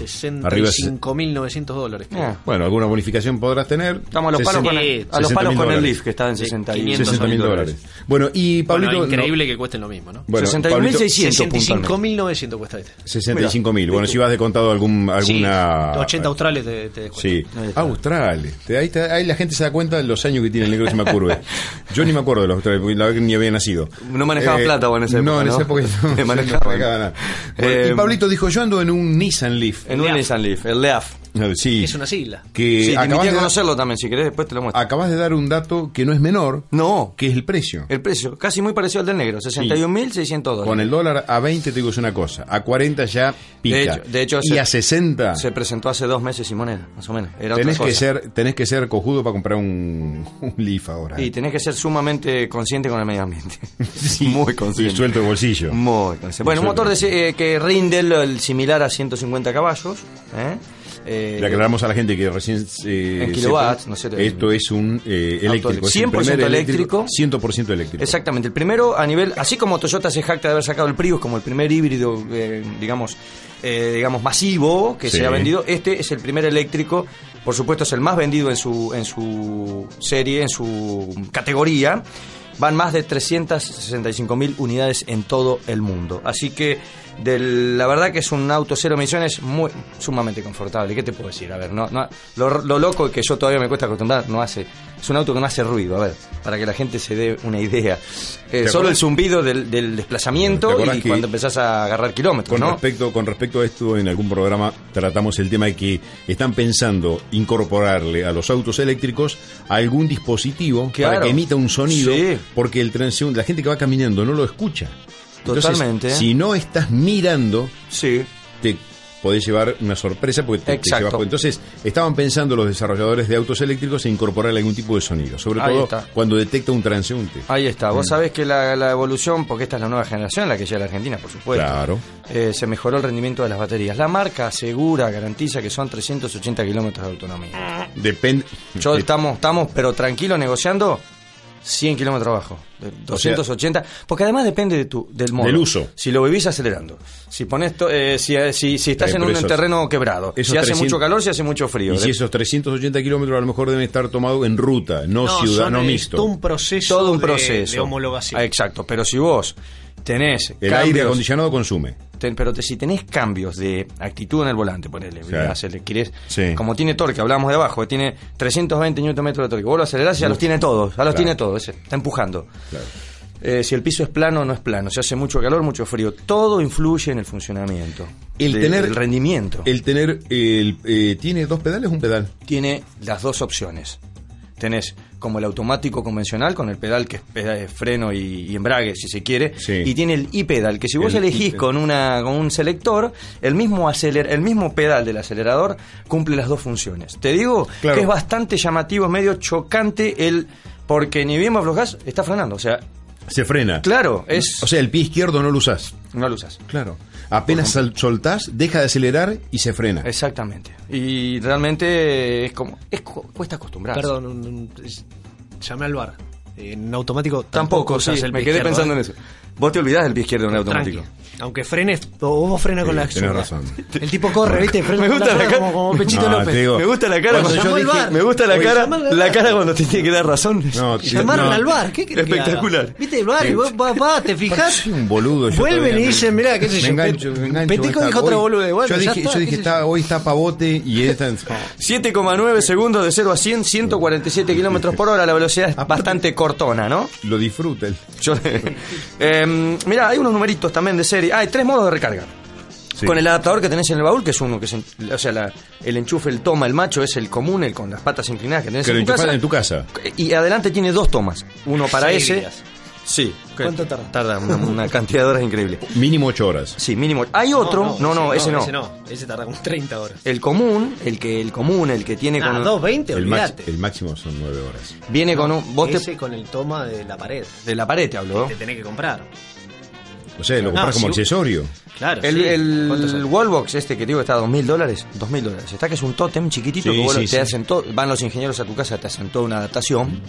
Speaker 1: Arriba se-
Speaker 4: 65.900 dólares. creo.
Speaker 3: Ah,
Speaker 1: Bueno, alguna bonificación podrás tener.
Speaker 3: Estamos a los palos con el, a los
Speaker 1: 60.000
Speaker 3: palos con el
Speaker 1: dólares.
Speaker 3: Leaf, que está en 60 y
Speaker 4: 500
Speaker 1: 60 mil dólares. Bueno, y
Speaker 4: Bueno,
Speaker 1: Pablito.
Speaker 4: increíble que cuesten lo mismo, ¿no?
Speaker 1: Bueno,
Speaker 3: 61.600 puntualmente.
Speaker 4: 65.900 cuesta este.
Speaker 1: 65 mil. Bueno, si vas de contado algún,
Speaker 4: Sí,
Speaker 3: Ah,
Speaker 1: alguna.
Speaker 3: eh.
Speaker 4: 80 australes te, te descuento.
Speaker 1: Sí, australes. Te- Ahí, está- ahí la gente se da cuenta de los años que tiene el negro Sima Curve. Yo ni me acuerdo de los australes, porque la verdad que ni había nacido. Eh,
Speaker 3: No manejabas plata vos en esa
Speaker 1: No,
Speaker 3: época,
Speaker 1: en esa
Speaker 3: ¿no?
Speaker 1: época no,
Speaker 3: Te
Speaker 1: no
Speaker 3: manejaban.
Speaker 1: manejaba nada. Bueno,
Speaker 3: Eh,
Speaker 1: y Pablito dijo: Yo ando en un Nissan Leaf. Ah,
Speaker 3: En un Nissan Leaf, el Leaf.
Speaker 1: Sí,
Speaker 4: Es una sigla.
Speaker 1: que
Speaker 3: sí, te
Speaker 1: acabas,
Speaker 3: invité a
Speaker 1: de dar,
Speaker 3: conocerlo también, si querés, después te lo muestro.
Speaker 1: acabas de dar un dato que no es menor,
Speaker 3: No,
Speaker 1: que es el precio.
Speaker 3: el precio, casi muy parecido al del negro, 61.600 dólares.
Speaker 1: Con el dólar a 20 te digo es una cosa, a 40 ya pica.
Speaker 3: De hecho- de hecho,
Speaker 1: y
Speaker 3: se-
Speaker 1: a 60
Speaker 3: Se presentó hace dos meses sin moneda, más o menos. Era
Speaker 1: tenés
Speaker 3: otra
Speaker 1: que
Speaker 3: cosa.
Speaker 1: ser tenés que ser cojudo para comprar un, un Leaf ahora. eh.
Speaker 3: Y tenés que ser sumamente consciente con el medio ambiente. Muy
Speaker 1: Y
Speaker 3: consciente.
Speaker 1: suelto de bolsillo.
Speaker 3: Muy consciente. Bueno, un motor de se- eh, que rinde lo- el similar a 150 caballos. ¿eh? Eh,
Speaker 1: Le aclaramos a la gente que recién eh,
Speaker 3: En kilowatts,
Speaker 1: sepa,
Speaker 3: no sé,
Speaker 1: Esto es un eh, eléctrico, es el
Speaker 3: 100%
Speaker 1: primer
Speaker 3: eléctrico.
Speaker 1: 100% eléctrico.
Speaker 3: Exactamente, el primero a nivel, así como Toyota se jacta de haber sacado el Prius como el primer híbrido, eh, digamos, eh, digamos masivo que
Speaker 1: Sí.
Speaker 3: se ha vendido, este es el primer eléctrico, por supuesto es el más vendido en su, en su serie, en su categoría. Van más de 365 mil unidades en todo el mundo. Así que del- la verdad que es un auto cero emisiones muy, sumamente confortable. ¿Qué te puedo decir? A ver, no, no- lo, lo loco que yo todavía me cuesta acostumbrar, no hace. Es un auto que no hace ruido, a ver, para que la gente se dé una idea. Eh, solo
Speaker 1: acordás?
Speaker 3: el zumbido del, del
Speaker 1: ¿Te
Speaker 3: desplazamiento
Speaker 1: acordás
Speaker 3: y
Speaker 1: que-
Speaker 3: cuando empezás a agarrar kilómetros,
Speaker 1: Con,
Speaker 3: ¿no?
Speaker 1: respecto, con respecto a esto, en algún programa tratamos el tema de que están pensando incorporarle a los autos eléctricos algún dispositivo para
Speaker 3: Claro.
Speaker 1: que emita un sonido,
Speaker 3: Sí.
Speaker 1: porque el transeúnte, la gente que va caminando no lo escucha. Entonces,
Speaker 3: Totalmente.
Speaker 1: si no estás mirando,
Speaker 3: Sí.
Speaker 1: te podés llevar una sorpresa porque te, te
Speaker 3: Exacto.
Speaker 1: llevas- Entonces, estaban pensando los desarrolladores de autos eléctricos en incorporar algún tipo de sonido, sobre
Speaker 3: Ahí
Speaker 1: todo
Speaker 3: está. Ah,
Speaker 1: cuando detecta un transeúnte.
Speaker 3: Ahí está.
Speaker 1: Mm.
Speaker 3: Vos sabés que la, la evolución, porque esta es la nueva generación, la que llega a la Argentina, por supuesto.
Speaker 1: Claro.
Speaker 3: Eh, se mejoró el rendimiento de las baterías. La marca asegura, garantiza que son 380 kilómetros de autonomía.
Speaker 1: Depende.
Speaker 3: Yo
Speaker 1: de-
Speaker 3: estamos, estamos, pero tranquilo negociando. 100 kilómetros abajo, de- 280, porque además depende de tu, del modo.
Speaker 1: Del uso.
Speaker 3: Si lo vivís acelerando, si pones to- eh, si, eh, si, si estás
Speaker 1: Eh,
Speaker 3: en
Speaker 1: pero
Speaker 3: un
Speaker 1: esos-
Speaker 3: terreno quebrado, si
Speaker 1: esos
Speaker 3: hace
Speaker 1: 300
Speaker 3: mucho calor, si hace mucho frío.
Speaker 1: Y si
Speaker 3: De-
Speaker 1: esos 380 kilómetros a lo mejor deben estar tomados en ruta, no, ciudad,
Speaker 4: son,
Speaker 1: no
Speaker 4: eh,
Speaker 1: mixto.
Speaker 4: Todo un proceso.
Speaker 3: todo un
Speaker 4: de-
Speaker 3: proceso.
Speaker 4: De, homologación.
Speaker 3: Ah, Exacto, pero si vos tenés
Speaker 1: El
Speaker 3: cambios-
Speaker 1: aire acondicionado consume.
Speaker 3: ten- pero te- si tenés cambios de actitud en el volante, ponele,
Speaker 1: Sí.
Speaker 3: le haces- le querés-
Speaker 1: Sí.
Speaker 3: como tiene torque, hablábamos de abajo, que tiene 320 Nm de torque, vos lo acelerás y ya los tiene todos, ya
Speaker 1: Claro.
Speaker 3: los tiene todos, ese, está empujando. Eh, si el piso es plano o no es plano, si hace mucho calor, mucho frío, todo influye en el funcionamiento.
Speaker 1: El
Speaker 3: de-
Speaker 1: tener-
Speaker 3: del rendimiento.
Speaker 1: El tener, el, eh, ¿tiene dos pedales un pedal?
Speaker 3: tiene las dos opciones. Tenés como el automático convencional con el pedal que es peda- eh, freno y, y embrague, si se quiere,
Speaker 1: Sí.
Speaker 3: y tiene el i-pedal, que si vos
Speaker 1: El
Speaker 3: elegís
Speaker 1: i-pedal.
Speaker 3: con, una, con un selector, el mismo, aceler- el mismo pedal del acelerador cumple las dos funciones. Te digo
Speaker 1: Claro.
Speaker 3: que es bastante llamativo, es medio chocante el. Porque ni bien me aflojás, está frenando. O sea,
Speaker 1: Se frena.
Speaker 3: claro, es.
Speaker 1: O sea, el pie izquierdo no lo usás.
Speaker 3: no lo usas.
Speaker 1: Claro. Apenas sal- soltás, deja de acelerar y se frena.
Speaker 3: Exactamente. Y realmente es como. Es, cu- cuesta acostumbrarse.
Speaker 4: Perdón, un- un- es- llamé al bar. Eh, En automático
Speaker 3: Tampoco,
Speaker 4: usas
Speaker 3: sí,
Speaker 4: el
Speaker 3: me
Speaker 4: pie
Speaker 3: quedé
Speaker 4: izquierdo,
Speaker 3: pensando
Speaker 4: ¿eh?
Speaker 3: en eso. Vos te olvidás del pie izquierdo en el
Speaker 4: Tranqui.
Speaker 3: automático.
Speaker 4: Aunque frenes, o vos frena con
Speaker 1: Sí,
Speaker 4: la
Speaker 1: tenés
Speaker 4: acción.
Speaker 1: razón.
Speaker 4: El tipo corre, ¿viste? Frena
Speaker 3: Me
Speaker 4: con la
Speaker 3: gusta la
Speaker 4: acción
Speaker 3: cara.
Speaker 4: como, como Pechito
Speaker 1: No,
Speaker 4: López.
Speaker 1: te digo-
Speaker 3: Me gusta la cara
Speaker 1: Cuando
Speaker 3: cuando,
Speaker 1: yo
Speaker 3: llamó al
Speaker 1: dije-
Speaker 3: bar. me gusta la
Speaker 1: Oye,
Speaker 3: cara,
Speaker 4: llamó al
Speaker 3: la
Speaker 4: bar.
Speaker 3: cara cuando te tiene que dar razón.
Speaker 1: No,
Speaker 3: Y
Speaker 1: te-
Speaker 4: Llamaron
Speaker 1: Ah, no.
Speaker 4: al bar, ¿qué querés que haga?
Speaker 3: Espectacular.
Speaker 4: ¿Viste el bar? Y vos vas, vas, te fijas.
Speaker 1: Soy un boludo. yo
Speaker 4: Vuelven
Speaker 1: todavía
Speaker 4: y
Speaker 1: me-
Speaker 4: dicen, mirá, qué sé
Speaker 1: me
Speaker 4: yo,
Speaker 1: engancho,
Speaker 4: Pet-
Speaker 1: me engancho.
Speaker 4: Peteco
Speaker 1: Esta-
Speaker 4: dijo
Speaker 1: hoy-
Speaker 4: otra boludez, bueno,
Speaker 1: yo
Speaker 4: ya
Speaker 1: dije,
Speaker 4: está,
Speaker 1: yo
Speaker 4: qué
Speaker 1: dije,
Speaker 4: sé yo.
Speaker 1: está- hoy está pavote y esta.
Speaker 3: 7,9 segundos de 0 a 100, 147 kilómetros por hora. La velocidad es bastante cortona, ¿no?
Speaker 1: Lo disfruta. el-
Speaker 3: Yo, Em, mirá, hay unos numeritos también de serie. Ah, hay tres modos de recarga.
Speaker 1: Sí.
Speaker 3: Con el adaptador que tenés en el baúl, que es uno que es, en- o sea, la- el enchufe, el toma, el macho es el común, el con las patas inclinadas que tenés
Speaker 1: Que lo
Speaker 3: en tu
Speaker 1: enchufás
Speaker 3: casa.
Speaker 1: en tu casa.
Speaker 3: Y adelante tiene dos tomas. Uno para
Speaker 4: Seis
Speaker 3: ese.
Speaker 4: días.
Speaker 3: Sí.
Speaker 4: ¿Cuánto tarda?
Speaker 3: Tarda una, una cantidad de horas increíble.
Speaker 1: Mínimo 8 horas.
Speaker 3: Sí, mínimo. Hay otro. No, no, ese, no.
Speaker 4: Ese no, ese tarda como 30 horas.
Speaker 3: El común, el que el común, el que tiene
Speaker 4: Ah,
Speaker 3: con
Speaker 4: 220,
Speaker 1: El, max-
Speaker 4: olvídate.
Speaker 1: el máximo son 9 horas.
Speaker 3: viene con un vos te-
Speaker 4: Ese con el toma de la pared.
Speaker 3: de la pared te hablo.
Speaker 4: Te tenés que comprar.
Speaker 1: O sea, lo
Speaker 4: No,
Speaker 1: compras como
Speaker 4: si-
Speaker 1: accesorio.
Speaker 4: Claro.
Speaker 3: El,
Speaker 4: sí.
Speaker 3: el
Speaker 4: ¿Cuántos son?
Speaker 3: wallbox este que te digo está a dos mil dólares, dos mil dólares. Está que es un tótem chiquitito
Speaker 1: Sí,
Speaker 3: que vos
Speaker 1: sí,
Speaker 3: lo- te
Speaker 1: sí.
Speaker 3: hacen todo, van los ingenieros a tu casa, te hacen toda una adaptación,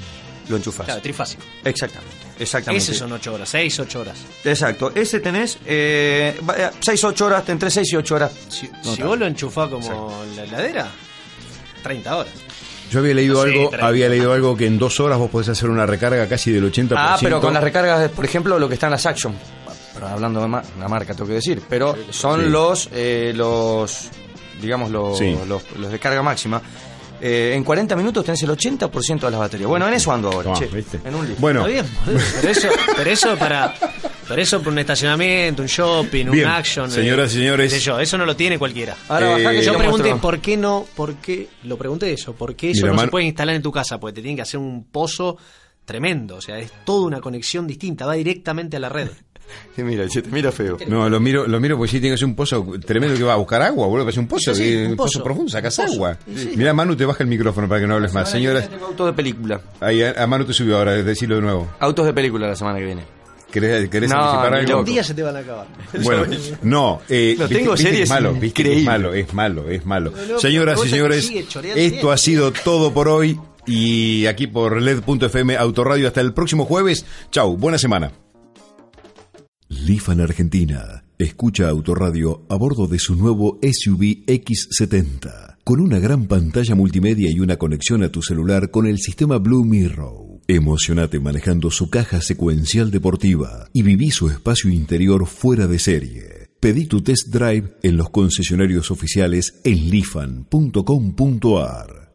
Speaker 3: lo enchufas.
Speaker 4: Claro, trifásico.
Speaker 3: exactamente, exactamente.
Speaker 4: Ese son 8 horas, 6, 8 horas.
Speaker 3: Exacto, ese tenés eh, 6-8 horas, entre 6 y 8 horas.
Speaker 4: Si, si
Speaker 3: No,
Speaker 4: vos lo enchufás como en la heladera, 30 horas.
Speaker 1: Yo había leído
Speaker 4: Sí,
Speaker 1: algo,
Speaker 4: tranquilo.
Speaker 1: había leído algo que en dos horas vos podés hacer una recarga casi del 80%.
Speaker 3: Ah, pero con las recargas, por ejemplo, lo que están las Action. Pero hablando de ma- una marca, tengo que decir. Pero son
Speaker 1: Sí.
Speaker 3: los, eh, los, digamos, los,
Speaker 1: Sí.
Speaker 3: los, los de carga máxima. Eh, en 40 minutos tenés el 80% de las baterías. Bueno, en eso ando ahora,
Speaker 1: Tomá,
Speaker 3: che,
Speaker 1: ¿viste?
Speaker 3: En un libro.
Speaker 1: Bueno,
Speaker 4: Está bien, boludo, pero eso, pero eso para. Pero eso por un estacionamiento, un shopping,
Speaker 1: Bien,
Speaker 4: un action. eh,
Speaker 1: señoras y señores.
Speaker 4: qué sé yo, eso no lo tiene cualquiera.
Speaker 3: Ahora bajá
Speaker 1: Eh,
Speaker 3: que yo
Speaker 4: yo
Speaker 3: te
Speaker 4: pregunté
Speaker 3: muestro.
Speaker 4: por qué no, por qué, lo pregunté eso, por qué eso
Speaker 1: Mira,
Speaker 4: no
Speaker 1: Manu-
Speaker 4: se puede instalar en tu casa, porque te tienen que hacer un pozo tremendo, o sea, es toda una conexión distinta, va directamente a la red.
Speaker 3: Te mira, che, te mira feo.
Speaker 1: no, lo miro, lo miro porque sí tiene que ser un pozo tremendo que va a buscar agua, boludo, que es un pozo,
Speaker 4: Sí, sí,
Speaker 1: que-
Speaker 4: un
Speaker 1: un pozo,
Speaker 4: pozo.
Speaker 1: profundo, sacas
Speaker 4: Un pozo.
Speaker 1: agua. Mira, Manu, te baja el micrófono para que no hables más. Señoras,
Speaker 3: Tengo autos de película.
Speaker 1: ahí, a, a Manu te subió ahora, decirlo de nuevo.
Speaker 3: Autos de película la semana que viene.
Speaker 1: ¿Querés, querés
Speaker 3: No,
Speaker 1: anticipar
Speaker 3: ni
Speaker 1: algo?
Speaker 3: loco.
Speaker 4: Un día se te van a acabar.
Speaker 1: Bueno, no, eh,
Speaker 3: Lo tengo
Speaker 1: viste que
Speaker 3: serio,
Speaker 1: es
Speaker 3: es
Speaker 1: malo, viste que es
Speaker 3: increíble.
Speaker 1: malo, es malo, es malo.
Speaker 4: Pero loco,
Speaker 1: Señoras
Speaker 4: vos
Speaker 1: y
Speaker 4: te
Speaker 1: señores,
Speaker 4: sigue choreando
Speaker 1: esto
Speaker 4: bien.
Speaker 1: ha sido todo por hoy y aquí por E led.fm Autoradio hasta el próximo jueves. Chau, buena semana.
Speaker 7: Lifan Argentina. Escucha Autoradio a bordo de su nuevo SUV X70, con una gran pantalla multimedia y una conexión a tu celular con el sistema Blue Mirror. Emocionate manejando su caja secuencial deportiva y viví su espacio interior fuera de serie. Pedí tu test drive en los concesionarios oficiales en lifan.com.ar.